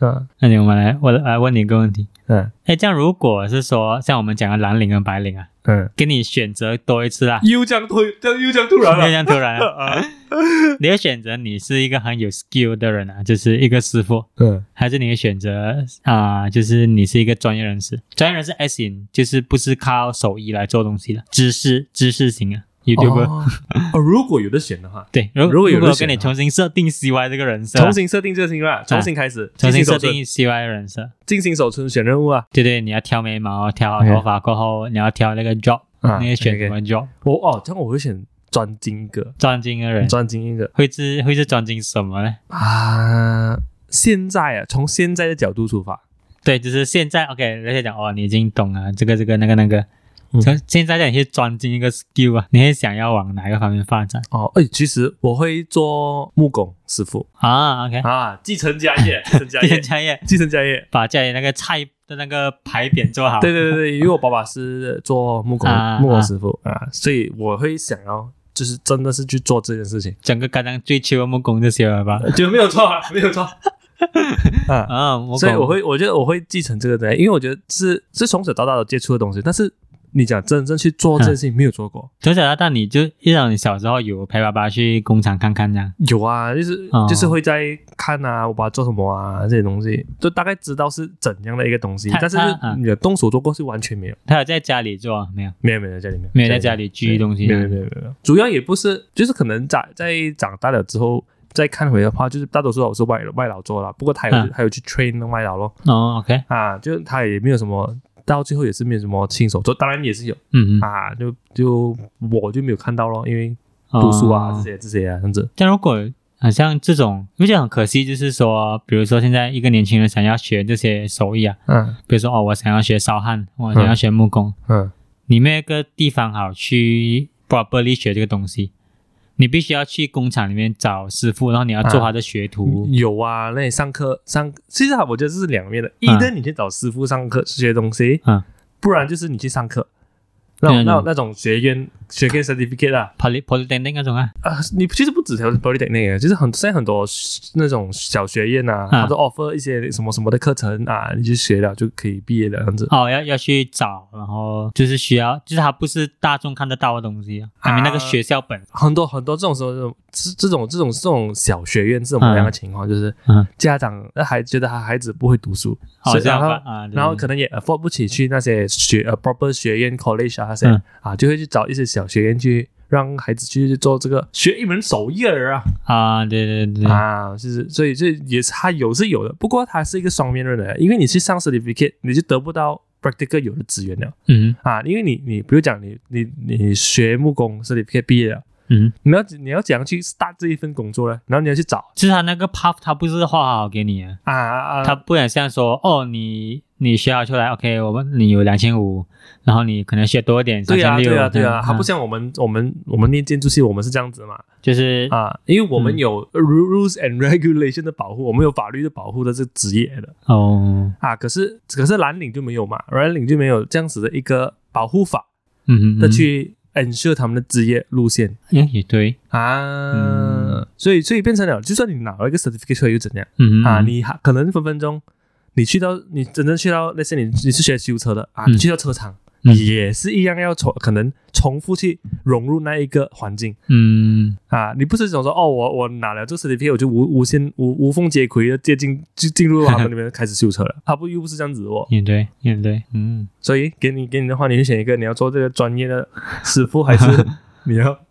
Speaker 1: 嗯
Speaker 2: 那你我们来我来问你一个问题，
Speaker 1: 嗯
Speaker 2: 哎，这样如果是说像我们讲的蓝领跟白领啊，
Speaker 1: 嗯，
Speaker 2: 给你选择多一次 啦，
Speaker 1: 又这样突，这样又这样突然
Speaker 2: 没有这
Speaker 1: 了，
Speaker 2: 样突然啊，
Speaker 1: 啊
Speaker 2: 你会选择你是一个很有 skill 的人啊，就是一个师傅，
Speaker 1: 嗯
Speaker 2: 还是你会选择啊、就是你是一个专业人士，专业人士 S in 就是不是靠手艺来做东西的，知识知识型啊，YouTube、
Speaker 1: 哦哦，如果有的选的话，
Speaker 2: 对，如
Speaker 1: 如果有
Speaker 2: 如果
Speaker 1: 人
Speaker 2: 我跟你
Speaker 1: 选的
Speaker 2: 重新设定 CY 这个人设啊，
Speaker 1: 重新设定这个新啦，重新开始，
Speaker 2: 重新
Speaker 1: 进行
Speaker 2: 设
Speaker 1: 手村
Speaker 2: 定 CY 人设，
Speaker 1: 进行手村选任务啊，
Speaker 2: 对对，你要挑眉毛、挑
Speaker 1: 哎呀
Speaker 2: 头发过后，你要挑那个 job，、
Speaker 1: 啊
Speaker 2: 你会选什
Speaker 1: OK，OK
Speaker 2: 么 job？
Speaker 1: 我哦，这样我会选专精一个，
Speaker 2: 专精的人
Speaker 1: 专精一个
Speaker 2: 会是会是专精什么呢？
Speaker 1: 啊。现在啊，从现在的角度出发，
Speaker 2: 对，就是现在 OK，人家讲哦，你已经懂了这个这个那个那个
Speaker 1: 嗯。
Speaker 2: 从现在讲你去专精一个 skill 啊，你会想要往哪一个方面发展
Speaker 1: 哦，哎，其实我会做木工师傅
Speaker 2: 啊？OK，
Speaker 1: 啊，继承家 业，继承家
Speaker 2: 第一
Speaker 1: 业，
Speaker 2: 家业
Speaker 1: 继承家业。
Speaker 2: 把家里那个菜的那个牌匾做好。
Speaker 1: 对对对对，因为我爸爸是做木工
Speaker 2: 啊
Speaker 1: 木
Speaker 2: 啊
Speaker 1: 工师傅啊，所以我会想要就是真的是去做这件事情，
Speaker 2: 整个刚刚追求木工这些了吧？
Speaker 1: 就没有错 啊，没有错啊。
Speaker 2: 啊，木工
Speaker 1: 所以我会，我觉得我会继承这个东西，因为我觉得是是从小到大都接触的东西。但是你讲真正去
Speaker 2: 嗯
Speaker 1: 做这件事情，没有做过。
Speaker 2: 从小到大，你就一让你小时候有陪爸爸去工厂看看这样。
Speaker 1: 有啊，就是、
Speaker 2: 哦
Speaker 1: 就是会在看啊，我把它做什么啊这些东西，就大概知道是怎样的一个东西
Speaker 2: 他。
Speaker 1: 但是
Speaker 2: 他啊
Speaker 1: 你的动手做过是完全没有，
Speaker 2: 他有在家里做没有？
Speaker 1: 没有没有在家里面，
Speaker 2: 没有在家里嗯锯东西
Speaker 1: 没有没有没有没有。主要也不是，就是可能在在长大了之后再看回的话，就是大多数我是外外劳做了，不过他有、
Speaker 2: 嗯
Speaker 1: 他有去 train 外劳咯
Speaker 2: 哦，OK，
Speaker 1: 啊，就他也没有什么。到最后也是没有什么亲手做，当然也是有，
Speaker 2: 嗯嗯，
Speaker 1: 啊，就就我就没有看到咯，因为读书啊、
Speaker 2: 哦
Speaker 1: 这些这些啊，这样子。
Speaker 2: 但如果好像这种，我觉得很可惜，就是说，比如说现在一个年轻人想要学这些手艺啊，
Speaker 1: 嗯
Speaker 2: 比如说哦，我想要学烧焊，我想要学木工，
Speaker 1: 嗯
Speaker 2: 你没有一个地方好去 properly 学这个东西，你必须要去工厂里面找师傅，然后你要做他的学徒。
Speaker 1: 有啊，那你上课上，其实啊我觉得这是两面的，一的你去找师傅上课学东西，
Speaker 2: 嗯，
Speaker 1: 不然就是你去上课。那种
Speaker 2: 对啊那
Speaker 1: 那种
Speaker 2: 种
Speaker 1: 那种学院学院 certificate 啊，
Speaker 2: poly polytechnic 那种啊，
Speaker 1: 啊，你其实不只条 polytechnic，就是很现在很多那种小学院啊，
Speaker 2: 嗯
Speaker 1: 它都 offer 一些什么什么的课程啊，你去学了就可以毕业了这样子。
Speaker 2: 哦，要要去找，然后就是需要，就是它不是大众看得到的东西啊，
Speaker 1: 啊
Speaker 2: 还没那个学校本
Speaker 1: 很多很多这种时候，这种这种这种这种小学院是什么样的情况？就是
Speaker 2: 嗯
Speaker 1: 家长那孩觉得他孩子不会读书，
Speaker 2: 哦
Speaker 1: 所以
Speaker 2: 这样
Speaker 1: 然后、
Speaker 2: 吧啊对
Speaker 1: 然后可能也 afford 不起去那些学呃 proper 学院 college 啊那些、
Speaker 2: 嗯
Speaker 1: 啊，就会去找一些小学院去让孩子去做这个学一门手艺儿啊、
Speaker 2: 啊，对对对，
Speaker 1: 啊，就是所以这也是他有是有的，不过他是一个双面刃的，因为你去上 certificate 你就得不到 practical 有的资源了
Speaker 2: 嗯
Speaker 1: 啊，因为你你比如讲你你你学木工 certificate 毕业了。
Speaker 2: 嗯，
Speaker 1: 你要你要怎样去 start 这一份工作呢？然后你要去找
Speaker 2: 就是它那个 path 它不是画好给你啊，
Speaker 1: 啊啊，
Speaker 2: 他不能像说哦，你你学好出来，OK，我们你有两千五，然后你可能学多一点，三
Speaker 1: 对
Speaker 2: 千
Speaker 1: 啊
Speaker 2: 六，嗯
Speaker 1: 对啊对
Speaker 2: 这样
Speaker 1: 啊，它不像我们我们我们念建筑系，我们是这样子嘛
Speaker 2: 就是、
Speaker 1: 啊，因为我
Speaker 2: 嗯
Speaker 1: 们有 rules and regulation 的保护，我们有法律的保护的这职业的
Speaker 2: 哦，
Speaker 1: 啊，可是可是蓝领就没有嘛，蓝领就没有这样子的一个保护法
Speaker 2: 嗯，
Speaker 1: 的，去 ensure 他们的职业路线。
Speaker 2: 嗯也对，
Speaker 1: 啊
Speaker 2: 嗯，
Speaker 1: 所以所以变成了，就算你拿了一个 certificate 出来又怎样？
Speaker 2: 嗯
Speaker 1: 啊，你还可能分分钟，你去到你真正去到那些你你是学修车的啊，
Speaker 2: 嗯
Speaker 1: 你去到车厂、
Speaker 2: 嗯
Speaker 1: 也是一样要重可能重复去融入那一个环境
Speaker 2: 嗯
Speaker 1: 啊，你不是想说哦，我我拿了这 certificate 我就无无限无无缝接轨的接进就进入到他们里面开始修车
Speaker 2: 嗯
Speaker 1: 了，他不又不是这样子哦，
Speaker 2: 也对也对，嗯，
Speaker 1: 所以给你给你的话，你会选一个你要做这个专业的师傅 还是你要
Speaker 2: 嗯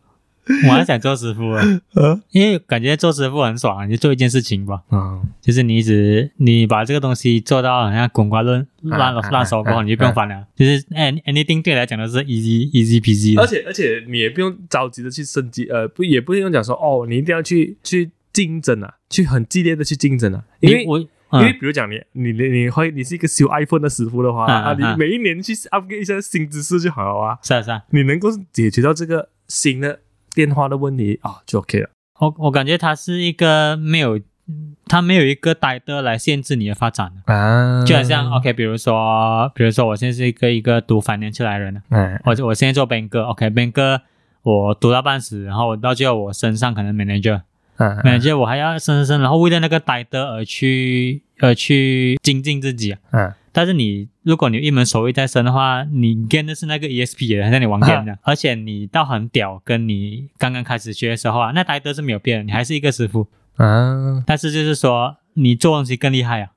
Speaker 2: 我还想做师傅 啊，
Speaker 1: 呃
Speaker 2: 因为感觉做师傅很爽啊，你就做一件事情吧，
Speaker 1: 啊
Speaker 2: 就是你一直你把这个东西做到好像滚瓜烂烂
Speaker 1: 啊啊
Speaker 2: 烂熟过后，
Speaker 1: 啊
Speaker 2: 你就不用烦了，就是 any anything 对你来讲都是 easy easy peasy
Speaker 1: 而
Speaker 2: 的，
Speaker 1: 且而且你也不用着急的去升级，呃，不也不用讲说哦，你一定要去去竞争啊，去很激烈的去竞争啊，因为
Speaker 2: 你。我。
Speaker 1: 因
Speaker 2: 嗯
Speaker 1: 为比如讲你你你你会你是一个修 iPhone 的师傅的话
Speaker 2: 啊
Speaker 1: 啊，
Speaker 2: 啊
Speaker 1: 你
Speaker 2: 啊
Speaker 1: 每一年去 upgrade 一下新知识就好了啊。
Speaker 2: 是啊是啊，
Speaker 1: 你能够解决到这个新的电话的问题啊，就 OK 了。
Speaker 2: 我我感觉它是一个没有，它没有一个 title 来限制你的发展的。
Speaker 1: 啊，
Speaker 2: 就好像 OK，比如说，比如说我现在是一个一个读 financial 来人的，啊
Speaker 1: 哎，
Speaker 2: 我我现在做 banker，OK，banker、我读到半死，然后我到最后我升上可能 manager，manager、
Speaker 1: 嗯，
Speaker 2: 我还要升升升，然后为了那个 title 而去而去精进自己啊。
Speaker 1: 嗯，
Speaker 2: 但是你如果你一门手艺在身的话，你 gain 的是那个 ESP 的，像你玩 game 的，而且你到很屌，跟你刚刚开始学的时候啊，那台德是没有变的，你还是一个师傅，
Speaker 1: 啊，
Speaker 2: 但是就是说你做东西更厉害啊，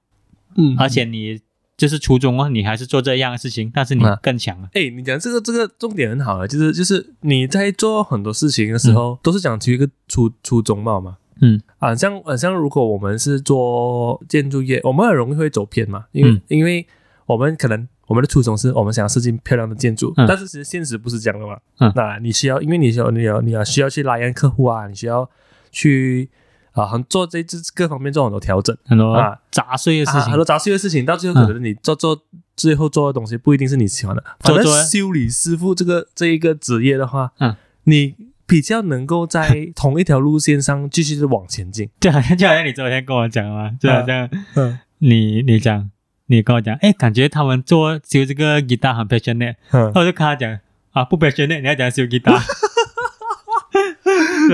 Speaker 1: 嗯
Speaker 2: 而且你就是初衷啊，你还是做这样的事情，但是你
Speaker 1: 嗯
Speaker 2: 更强啊了。
Speaker 1: 哎，你讲这个这个重点很好啊，就是就是你在做很多事情的时候，都是讲出一个初初衷嘛嘛。
Speaker 2: 嗯
Speaker 1: 啊，像啊像如果我们是做建筑业，我们很容易会走偏嘛，因为、
Speaker 2: 嗯
Speaker 1: 因为我们可能我们的初衷是我们想要设计漂亮的建筑，
Speaker 2: 嗯
Speaker 1: 但是其实现实不是这样的嘛。
Speaker 2: 嗯
Speaker 1: 那你需要，因为你需要你要你要需要去拉yan 客户啊，你需要去啊很做这这各方面做很多调整。
Speaker 2: 很多
Speaker 1: 啊
Speaker 2: 杂碎哦的事
Speaker 1: 啊，
Speaker 2: 情
Speaker 1: 很，多杂碎的事情，到最后可能你做做、最后做的东西不一定是你喜欢的。反
Speaker 2: 嗯做
Speaker 1: 正
Speaker 2: 做
Speaker 1: 修理师傅这个这一个职业的话，
Speaker 2: 嗯，
Speaker 1: 你比较能够在同一条路线上继续的往前进。
Speaker 2: 就好像就好像你昨天跟我讲的嘛，就好像
Speaker 1: 嗯
Speaker 2: 你你讲，你跟我讲，哎，感觉他们做修这个吉他很 passionate，
Speaker 1: 嗯
Speaker 2: 然，后我就跟他讲啊，不 passionate，你要讲修吉他，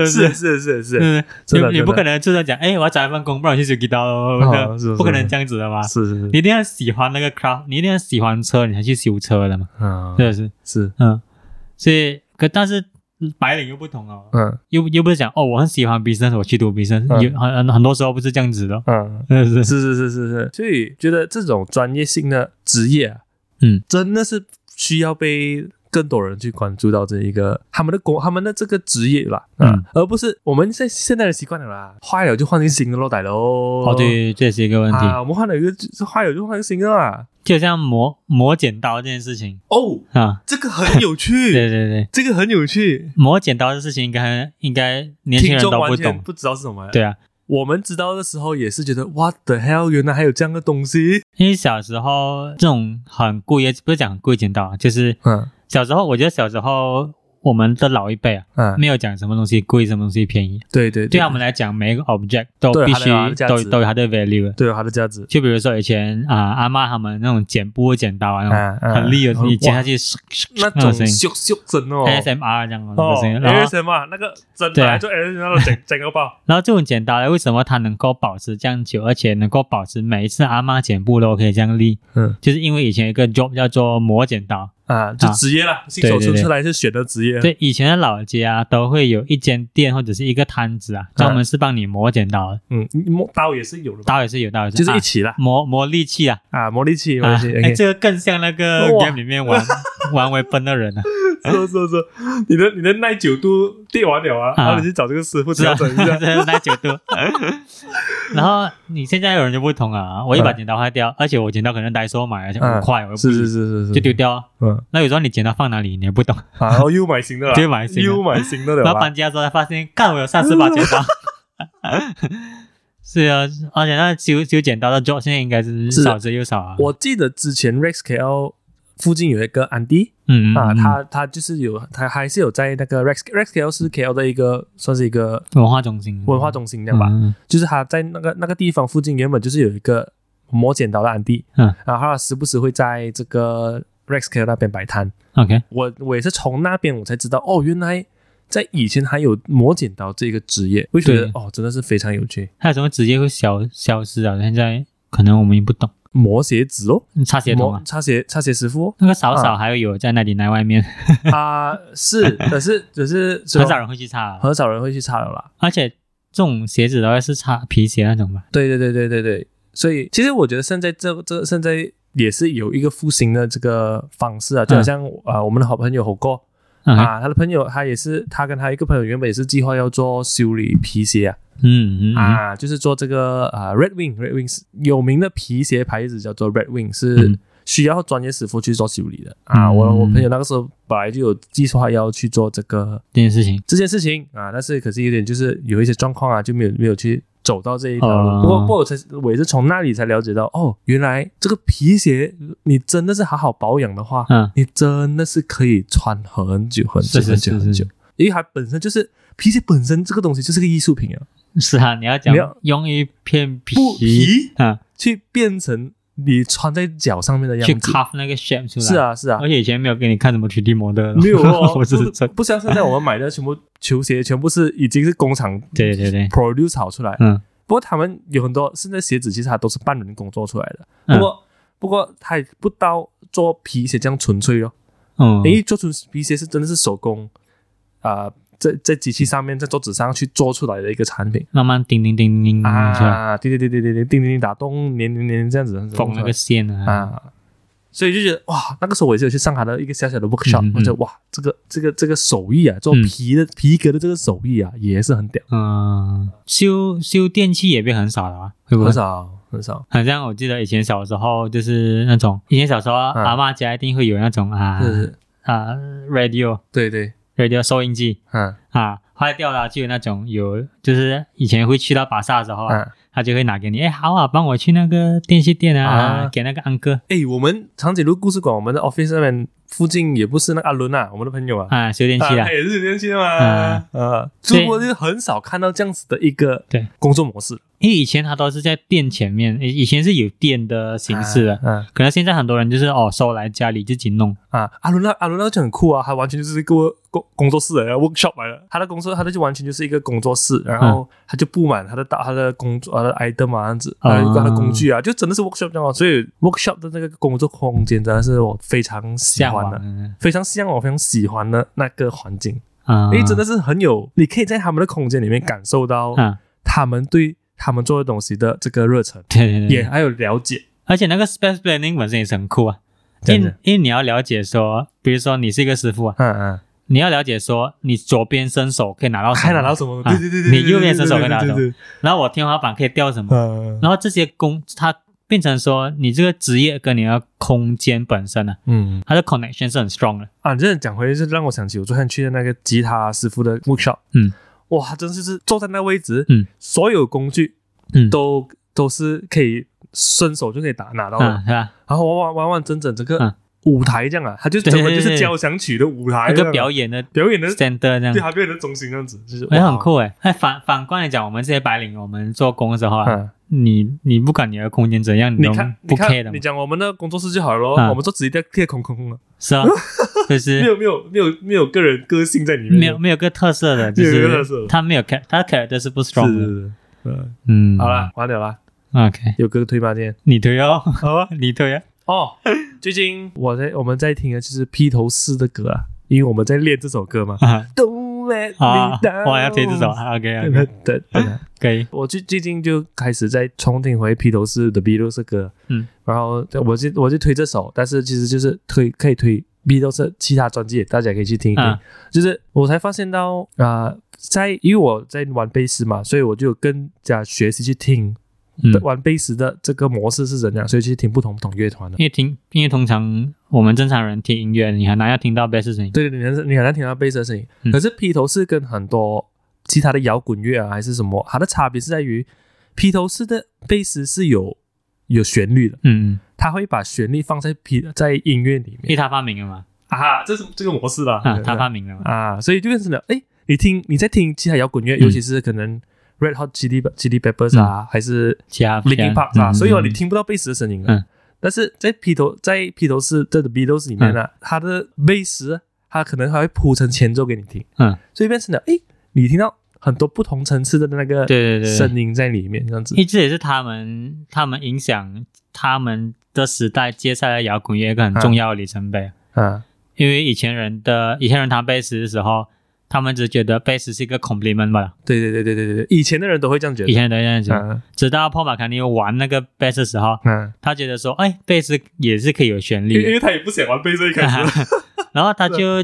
Speaker 2: 是不是？嗯
Speaker 1: 是是是是
Speaker 2: 是
Speaker 1: 真的
Speaker 2: 你你
Speaker 1: 真的
Speaker 2: 不可能就是讲，哎，我要找一份工，不然我去修吉他咯，
Speaker 1: 哦
Speaker 2: 不
Speaker 1: 是是
Speaker 2: 不可能这样子的嘛。
Speaker 1: 啊是是
Speaker 2: 你
Speaker 1: 是，
Speaker 2: 一定要喜欢那个 craft，你一定要喜欢车，你才去修车的嘛，
Speaker 1: 嗯
Speaker 2: 是不是？
Speaker 1: 是
Speaker 2: 嗯，所以可但是白领又不同哦，
Speaker 1: 嗯
Speaker 2: 又又不是讲哦，我很喜欢 business，我去读 business，、
Speaker 1: 嗯
Speaker 2: 有很很很多时候不是这样子的，哦
Speaker 1: 嗯，
Speaker 2: 真的是
Speaker 1: 是是是是是，所以觉得这种专业性的职业、啊，
Speaker 2: 嗯，
Speaker 1: 真的是需要被更多人去关注到这一个他们的工，他们的这个职业啦，啊
Speaker 2: 嗯
Speaker 1: 而不是我们现现在的习惯了啦，坏了就换一个新的咯，大佬。
Speaker 2: 哦，
Speaker 1: 哦，
Speaker 2: 对，这也是一个问题，
Speaker 1: 啊，我们换了一个坏了就换一个新的啦。
Speaker 2: 就像磨磨剪刀这件事情
Speaker 1: 哦，
Speaker 2: 啊，
Speaker 1: 这个很有
Speaker 2: 对
Speaker 1: 趣，
Speaker 2: 对对，
Speaker 1: 这个很有趣，
Speaker 2: 磨剪刀的事情应该应该年轻
Speaker 1: 听
Speaker 2: 人
Speaker 1: 众
Speaker 2: 都
Speaker 1: 完
Speaker 2: 不
Speaker 1: 全
Speaker 2: 懂，
Speaker 1: 不知道是什么。，
Speaker 2: 对啊，
Speaker 1: 我们知道的时候也是觉得 what the hell，原来还有这样的东西。
Speaker 2: 因为小时候这种很故意，不是讲很故意剪刀啊，就是
Speaker 1: 嗯
Speaker 2: 小时候，我觉得小时候我们的老一辈啊，
Speaker 1: 嗯，
Speaker 2: 没有讲什么东西贵，什么东西便宜，
Speaker 1: 对对
Speaker 2: 对他啊们来讲，每一个 object 都
Speaker 1: 对
Speaker 2: 必
Speaker 1: 它
Speaker 2: 须
Speaker 1: 的它的价
Speaker 2: 都
Speaker 1: 值
Speaker 2: 都有它的 value 的。
Speaker 1: 对有它的价值。
Speaker 2: 就比如说以前啊、阿妈他们那种剪布剪刀啊，那
Speaker 1: 啊
Speaker 2: 种很利的，
Speaker 1: 啊
Speaker 2: 你剪
Speaker 1: 哇
Speaker 2: 下去唰唰唰
Speaker 1: 那
Speaker 2: 种
Speaker 1: 种
Speaker 2: 声音
Speaker 1: 咻咻声哦，
Speaker 2: ，ASMR 这样的
Speaker 1: 哦
Speaker 2: 声音。然后，
Speaker 1: ，ASM 啊，那个真
Speaker 2: 对
Speaker 1: 的
Speaker 2: 啊
Speaker 1: 来做 ASM 的 整整个包，
Speaker 2: 然后这种剪刀呢，为什么它能够保持这样久，而且能够保持每一次阿妈剪布都可以这样利？
Speaker 1: 嗯
Speaker 2: 就是因为以前有一个 job 叫做磨剪刀，
Speaker 1: 啊，就职业啦，新
Speaker 2: 对
Speaker 1: 手
Speaker 2: 对
Speaker 1: 村
Speaker 2: 对
Speaker 1: 出来是选的职业，
Speaker 2: 对，以前的老家啊，都会有一间店或者是一个摊子啊，专门是帮你磨剪刀的。
Speaker 1: 嗯，摸刀也是有的吧，
Speaker 2: 刀也是有刀也是，
Speaker 1: 就是一
Speaker 2: 啊
Speaker 1: 起啦，
Speaker 2: 磨磨利器啊，
Speaker 1: 啊，磨力器，磨
Speaker 2: 啊
Speaker 1: 力器，
Speaker 2: 哎，
Speaker 1: OK，
Speaker 2: 这个更像那个
Speaker 1: 哇
Speaker 2: game 里面玩 玩为奔的人 啊，
Speaker 1: 说说说，你的你的耐久度跌完了啊，
Speaker 2: 啊
Speaker 1: 然后你去找这个师 傅
Speaker 2: 是
Speaker 1: 调
Speaker 2: 啊，
Speaker 1: 整一下，
Speaker 2: 这那九 度。然后你现在有人就不同啊，我一把
Speaker 1: 嗯
Speaker 2: 剪刀坏掉，而且我剪刀可能代收买了就
Speaker 1: 嗯
Speaker 2: 五块，我又不
Speaker 1: 是是是是，
Speaker 2: 就是丢掉啊。
Speaker 1: 嗯，
Speaker 2: 那有时候你剪刀放哪里你也不懂，
Speaker 1: 然 后又啊哦买新的啦，
Speaker 2: 就买新的
Speaker 1: 又买新的了
Speaker 2: 然后
Speaker 1: 啦，
Speaker 2: 搬家之后才发现，干我有三十把剪 刀。是啊，而且那修修剪刀的 job 现在应该是
Speaker 1: 是
Speaker 2: 少之又少啊。
Speaker 1: 我记得之前 Rex KL 附近有一个安迪，
Speaker 2: 嗯嗯
Speaker 1: 啊，
Speaker 2: 嗯
Speaker 1: 他他就是有，他还是有在那个 Rex Rex KL 是 KL 的一个算是一个
Speaker 2: 文化中心，
Speaker 1: 文化中心这样吧，
Speaker 2: 嗯
Speaker 1: 就是他在那个那个地方附近原本就是有一个磨剪刀的安迪，
Speaker 2: 嗯，
Speaker 1: 然后他时不时会在这个 Rex KL 那边摆摊，
Speaker 2: 嗯 OK，
Speaker 1: 我我也是从那边我才知道哦，原来在以前还有磨剪刀这个职业，我就觉得
Speaker 2: 对
Speaker 1: 哦真的是非常有趣，
Speaker 2: 还有什么职业会消消失啊？现在可能我们也不懂，
Speaker 1: 磨鞋子哦，
Speaker 2: 嗯擦鞋童
Speaker 1: 磨
Speaker 2: 啊，
Speaker 1: 擦鞋擦鞋 师傅哦
Speaker 2: 那个少少还有在那里来外面，
Speaker 1: 啊 是，可是可是
Speaker 2: 很少人会去擦啊、
Speaker 1: 很少人会去擦了啦。
Speaker 2: 而且这种鞋子的话是擦皮鞋那种吧？
Speaker 1: 对对对对对对，所以其实我觉得现在这这现在也是有一个复兴的这个方式啊，就好像啊、呃我们的好朋友火锅
Speaker 2: 嗯、
Speaker 1: 啊，他的朋友他也是他跟他一个朋友原本也是计划要做修理皮鞋啊，
Speaker 2: 嗯嗯嗯
Speaker 1: 啊就是做这个啊、Red Wing Red Wings 有名的皮鞋牌子叫做 Red Wing 是
Speaker 2: 嗯。
Speaker 1: 需要专业师傅去做修理的啊！我我朋友那个时候本来就有计划要去做这个
Speaker 2: 这件事情
Speaker 1: 这件事情啊，但是可是有点就是有一些状况啊，就没有没有去走到这一条路。
Speaker 2: 哦
Speaker 1: 不过不过我才我也是从那里才了解到，哦，原来这个皮鞋你真的是好好保养的话，
Speaker 2: 嗯
Speaker 1: 你真的是可以穿很久很
Speaker 2: 是
Speaker 1: 久
Speaker 2: 是
Speaker 1: 很久
Speaker 2: 是是
Speaker 1: 很久。因为它本身就是皮鞋本身这个东西就是个艺术品啊，
Speaker 2: 是啊，你要讲
Speaker 1: 你要
Speaker 2: 用一片皮
Speaker 1: 布皮
Speaker 2: 啊
Speaker 1: 去变成你穿在脚上面的
Speaker 2: 去
Speaker 1: 样子。
Speaker 2: carve 那个 shape 出来，
Speaker 1: 是，啊，是啊
Speaker 2: 而，且以前没有给你看什么 3D model，，
Speaker 1: 没有哦
Speaker 2: 我只是
Speaker 1: 不不像现在我们买的全部球鞋，全部是已经是工厂
Speaker 2: 对对对，
Speaker 1: produce 好出来。
Speaker 2: 嗯
Speaker 1: 不过他们有很多现在鞋子其实它都是半人工做出来的，
Speaker 2: 嗯
Speaker 1: 不过、不过它也不到做皮鞋这样纯粹哦，
Speaker 2: 嗯，
Speaker 1: 因为做纯皮鞋是真的是手工啊、呃在在机器上面在桌子上去做出来的一个产品。
Speaker 2: 慢慢叮叮叮叮叮出来，
Speaker 1: 啊，对对对对对对，叮叮叮打洞，粘粘粘这样子，
Speaker 2: 缝那个线啊，
Speaker 1: 啊，所以就觉得哇，那个时候我也是有去上海的一个小小的 workshop，、
Speaker 2: 嗯嗯嗯
Speaker 1: 我觉得哇，这个这个这个手艺啊，做皮的、皮革的这个手艺啊，也是很屌，
Speaker 2: 嗯，修修电器也变很少了啊，会不会
Speaker 1: 很？少很少，
Speaker 2: 好像我记得以前小时候就是那种，以前小时候啊
Speaker 1: 嗯
Speaker 2: 阿嬷家一定会有那种啊
Speaker 1: 是是，
Speaker 2: 啊 radio
Speaker 1: 对对，
Speaker 2: radio 收音机
Speaker 1: 嗯
Speaker 2: 啊坏掉了就有那种有，就是以前会去到巴萨的时候啊，
Speaker 1: 嗯，
Speaker 2: 他就会拿给你，哎好啊，帮我去那个电器店啊，
Speaker 1: 啊
Speaker 2: 给那个安哥
Speaker 1: 哎，我们长颈鹿故事馆，我们的 office 那边附近也不是那个阿伦啊，我们的朋友啊。
Speaker 2: 啊修电器
Speaker 1: 啊，
Speaker 2: 啊
Speaker 1: 他，也是年轻嘛，
Speaker 2: 啊
Speaker 1: 呃，
Speaker 2: 对
Speaker 1: 中国就很少看到这样子的一个
Speaker 2: 对
Speaker 1: 工作模式
Speaker 2: 因为以前他都是在店前面，以以前是有店的形式的，
Speaker 1: 嗯
Speaker 2: 可能现在很多人就是哦收来家里自己弄，
Speaker 1: 啊，阿伦那阿伦那就很酷啊，他完全就是一个工工作室来的 workshop 来了。他的工作，他的就完全就是一个工作室，然后他就布满他的大他的工作他的 item 啊，这样子，
Speaker 2: 嗯啊
Speaker 1: 还有他的工具啊，就真的是 workshop 这样哦。所以 workshop 的那个工作空间真的是我非常喜
Speaker 2: 向
Speaker 1: 欢
Speaker 2: 往啊
Speaker 1: 的，
Speaker 2: 的
Speaker 1: 非常向往、非常喜欢的那个环境，
Speaker 2: 啊，
Speaker 1: 因为真的是很有，你可以在他们的空间里面感受到
Speaker 2: 啊，
Speaker 1: 他们对他们做的东西的这个热忱，
Speaker 2: 对对对，
Speaker 1: 也还有了解。
Speaker 2: 而且那个 space planning 本身也是很酷啊，
Speaker 1: 真
Speaker 2: 因
Speaker 1: 的
Speaker 2: 因为你要了解说，比如说你是一个师傅啊，
Speaker 1: 嗯嗯，
Speaker 2: 你要了解说你左边伸手可以拿到什
Speaker 1: 还
Speaker 2: 么，
Speaker 1: 拿到什么？
Speaker 2: 啊
Speaker 1: 对对对对对，
Speaker 2: 你右边伸手
Speaker 1: 对对
Speaker 2: 会拿啊
Speaker 1: 对
Speaker 2: 到
Speaker 1: 对对
Speaker 2: 然后我天花板可以吊什么，
Speaker 1: 嗯
Speaker 2: 然后这些工它变成说你这个职业跟你的空间本身呢、啊，
Speaker 1: 嗯。
Speaker 2: 它的 connection 是很 strong 的，
Speaker 1: 啊，你真的讲回，是让我想起我昨天去的那个吉他师傅的 workshop，
Speaker 2: 嗯，
Speaker 1: 哇，真是是坐在那位置，
Speaker 2: 嗯，
Speaker 1: 所有工具，
Speaker 2: 嗯
Speaker 1: 都都是可以伸手就可以打拿到的，
Speaker 2: 啊，是吧？
Speaker 1: 然后完完完完整整整
Speaker 2: 嗯
Speaker 1: 个舞台这样啊，它就
Speaker 2: 对
Speaker 1: 整个就
Speaker 2: 对对
Speaker 1: 是交响曲的舞台
Speaker 2: 那
Speaker 1: 这样啊，
Speaker 2: 个表演的
Speaker 1: 表演的
Speaker 2: center 这样
Speaker 1: 对，，它表演的中心这样子，就是
Speaker 2: 也很，
Speaker 1: 哇
Speaker 2: 酷哎。哎，反反过来讲，我们这些白领，我们做工的时候啊，
Speaker 1: 嗯，
Speaker 2: 你你不管你的空间怎样，
Speaker 1: 你
Speaker 2: 都
Speaker 1: 看，你
Speaker 2: 不 care
Speaker 1: 看，
Speaker 2: 的
Speaker 1: 你
Speaker 2: 嘛，
Speaker 1: 讲我们的工作室就好了咯，
Speaker 2: 嗯
Speaker 1: 我们做直接贴贴空空空了，
Speaker 2: 是 啊，就是
Speaker 1: 没有没有没有没有个人个性在里面，
Speaker 2: 没有没有个特色 的，就
Speaker 1: 没有个
Speaker 2: 是
Speaker 1: 特色
Speaker 2: 他没有 char 他的 character 是不
Speaker 1: 是，是
Speaker 2: strong 的。
Speaker 1: 是，嗯，
Speaker 2: 嗯，
Speaker 1: 好啦，完了啦，
Speaker 2: ，OK，
Speaker 1: 有歌推吗？今天
Speaker 2: 你推哦，
Speaker 1: 好啊。
Speaker 2: 你推啊，
Speaker 1: 哦，最近我在我们在听的就是披头士的歌啊，因为我们在练这首歌嘛。
Speaker 2: 啊
Speaker 1: Don't let me
Speaker 2: 啊
Speaker 1: down。，
Speaker 2: 我要推这首，OK
Speaker 1: 对。对
Speaker 2: OK，
Speaker 1: 对对
Speaker 2: 可以，
Speaker 1: 我最最近就开始在重听回披头士的 Beatles 的歌，
Speaker 2: 嗯，
Speaker 1: 然后我就我就推这首，但是其实就是推可以推 Beatles 的其他专辑，大家可以去听一听。
Speaker 2: 啊
Speaker 1: 就是我才发现到啊、呃在因为我在玩贝斯嘛，所以我就更加学习去听、
Speaker 2: 嗯，
Speaker 1: 玩贝斯的这个模式是怎样，所以去听不同不同乐团的。
Speaker 2: 因为听，因为通常我们正常人听音乐，你很难要听到 bass 声音，
Speaker 1: 对对，你很你很难听到贝斯的声音。
Speaker 2: 嗯
Speaker 1: 可是披头士跟很多其他的摇滚乐啊，还是什么，它的差别是在于披头士的贝斯是有有旋律的，
Speaker 2: 嗯，嗯
Speaker 1: 它会把旋律放在披在音乐里
Speaker 2: 因为
Speaker 1: 面
Speaker 2: 他发明了嘛，
Speaker 1: 啊，这是这个模式啦
Speaker 2: 啊，他发明了嘛，
Speaker 1: 啊，所以就变成了哎，诶你听你在听其他摇滚乐，
Speaker 2: 嗯
Speaker 1: 尤其是可能 Red Hot Chili Chili Peppers 啊，还是
Speaker 2: 其他
Speaker 1: Linkin Park 啊，所以哦，你
Speaker 2: 听。
Speaker 1: 听不到贝斯的声音了。
Speaker 2: 嗯
Speaker 1: 但是在披头在披头士这 The Beatles 里面呢，它的贝斯它可能还会铺成前奏给你听，
Speaker 2: 嗯，
Speaker 1: 所以变成了诶，你听到很多不同层次的那个
Speaker 2: 对对对
Speaker 1: 声音在里面，这样子
Speaker 2: 因为这也是他们他们影响他们的时代接下来摇滚乐一个很
Speaker 1: 嗯
Speaker 2: 重要的里程碑。
Speaker 1: 啊，
Speaker 2: 因为以前人的以前人弹贝斯的时候，他们只觉得贝斯是一个 compliment 吧，
Speaker 1: 对对对对对对，以前的人都会这样觉
Speaker 2: 以
Speaker 1: 得，
Speaker 2: 前人都这样子。
Speaker 1: 啊
Speaker 2: 直到 Paul McCartney 玩那个贝斯的时候，
Speaker 1: 啊，
Speaker 2: 他觉得说，哎，贝斯也是可以有旋 律的。
Speaker 1: 为他也不想玩贝斯一
Speaker 2: 然后他就，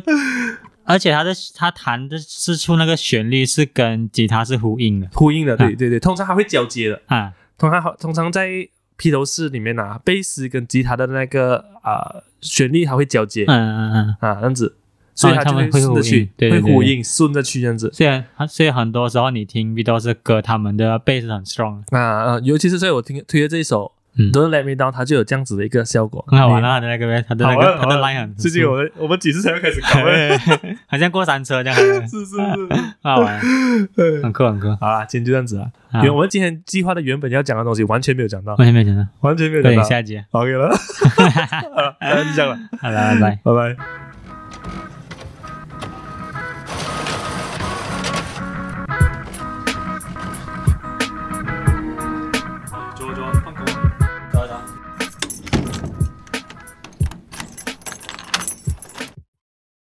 Speaker 2: 而且他的他弹的是出那个旋律是跟吉他是呼应的
Speaker 1: 呼应的，
Speaker 2: 啊
Speaker 1: 对对对，通常还会交接的，
Speaker 2: 啊，
Speaker 1: 通常好，通常在披头士里面啊，贝斯跟吉他的那个啊旋律还会交接，
Speaker 2: 嗯嗯嗯。
Speaker 1: 啊，这样子，所以
Speaker 2: 他
Speaker 1: 它就
Speaker 2: 们会
Speaker 1: 顺
Speaker 2: 呼
Speaker 1: 着
Speaker 2: 应
Speaker 1: 去，
Speaker 2: 对对对
Speaker 1: 会呼应，顺着去这样子。
Speaker 2: 虽然所以很
Speaker 1: 嗯
Speaker 2: 多时候你听 b e a t l 歌，他们的贝斯很 strong
Speaker 1: 呃啊啊，尤其是在我听推的这一首
Speaker 2: 嗯
Speaker 1: Don't Let Me Down，它就有这样子的一个效果，
Speaker 2: 很好玩啊，他的那个，他的那
Speaker 1: 好玩
Speaker 2: 个，他的
Speaker 1: 好玩
Speaker 2: line
Speaker 1: 啊
Speaker 2: 很
Speaker 1: 最近我们我们几次才要开始搞 欸，
Speaker 2: 好像过山车这样，很
Speaker 1: 是是 是
Speaker 2: 好玩，
Speaker 1: 对
Speaker 2: 很酷很酷。
Speaker 1: 好啦，今天就这样子啊。嗯
Speaker 2: 好
Speaker 1: 原我们今天计划的原本要讲的东西完全没有讲到，
Speaker 2: 完全没有想到，
Speaker 1: 完全没有讲
Speaker 2: 对，
Speaker 1: 到。
Speaker 2: 下一集，
Speaker 1: OK 了，好了，那就这样了，
Speaker 2: 好了，拜拜。
Speaker 1: 拜拜。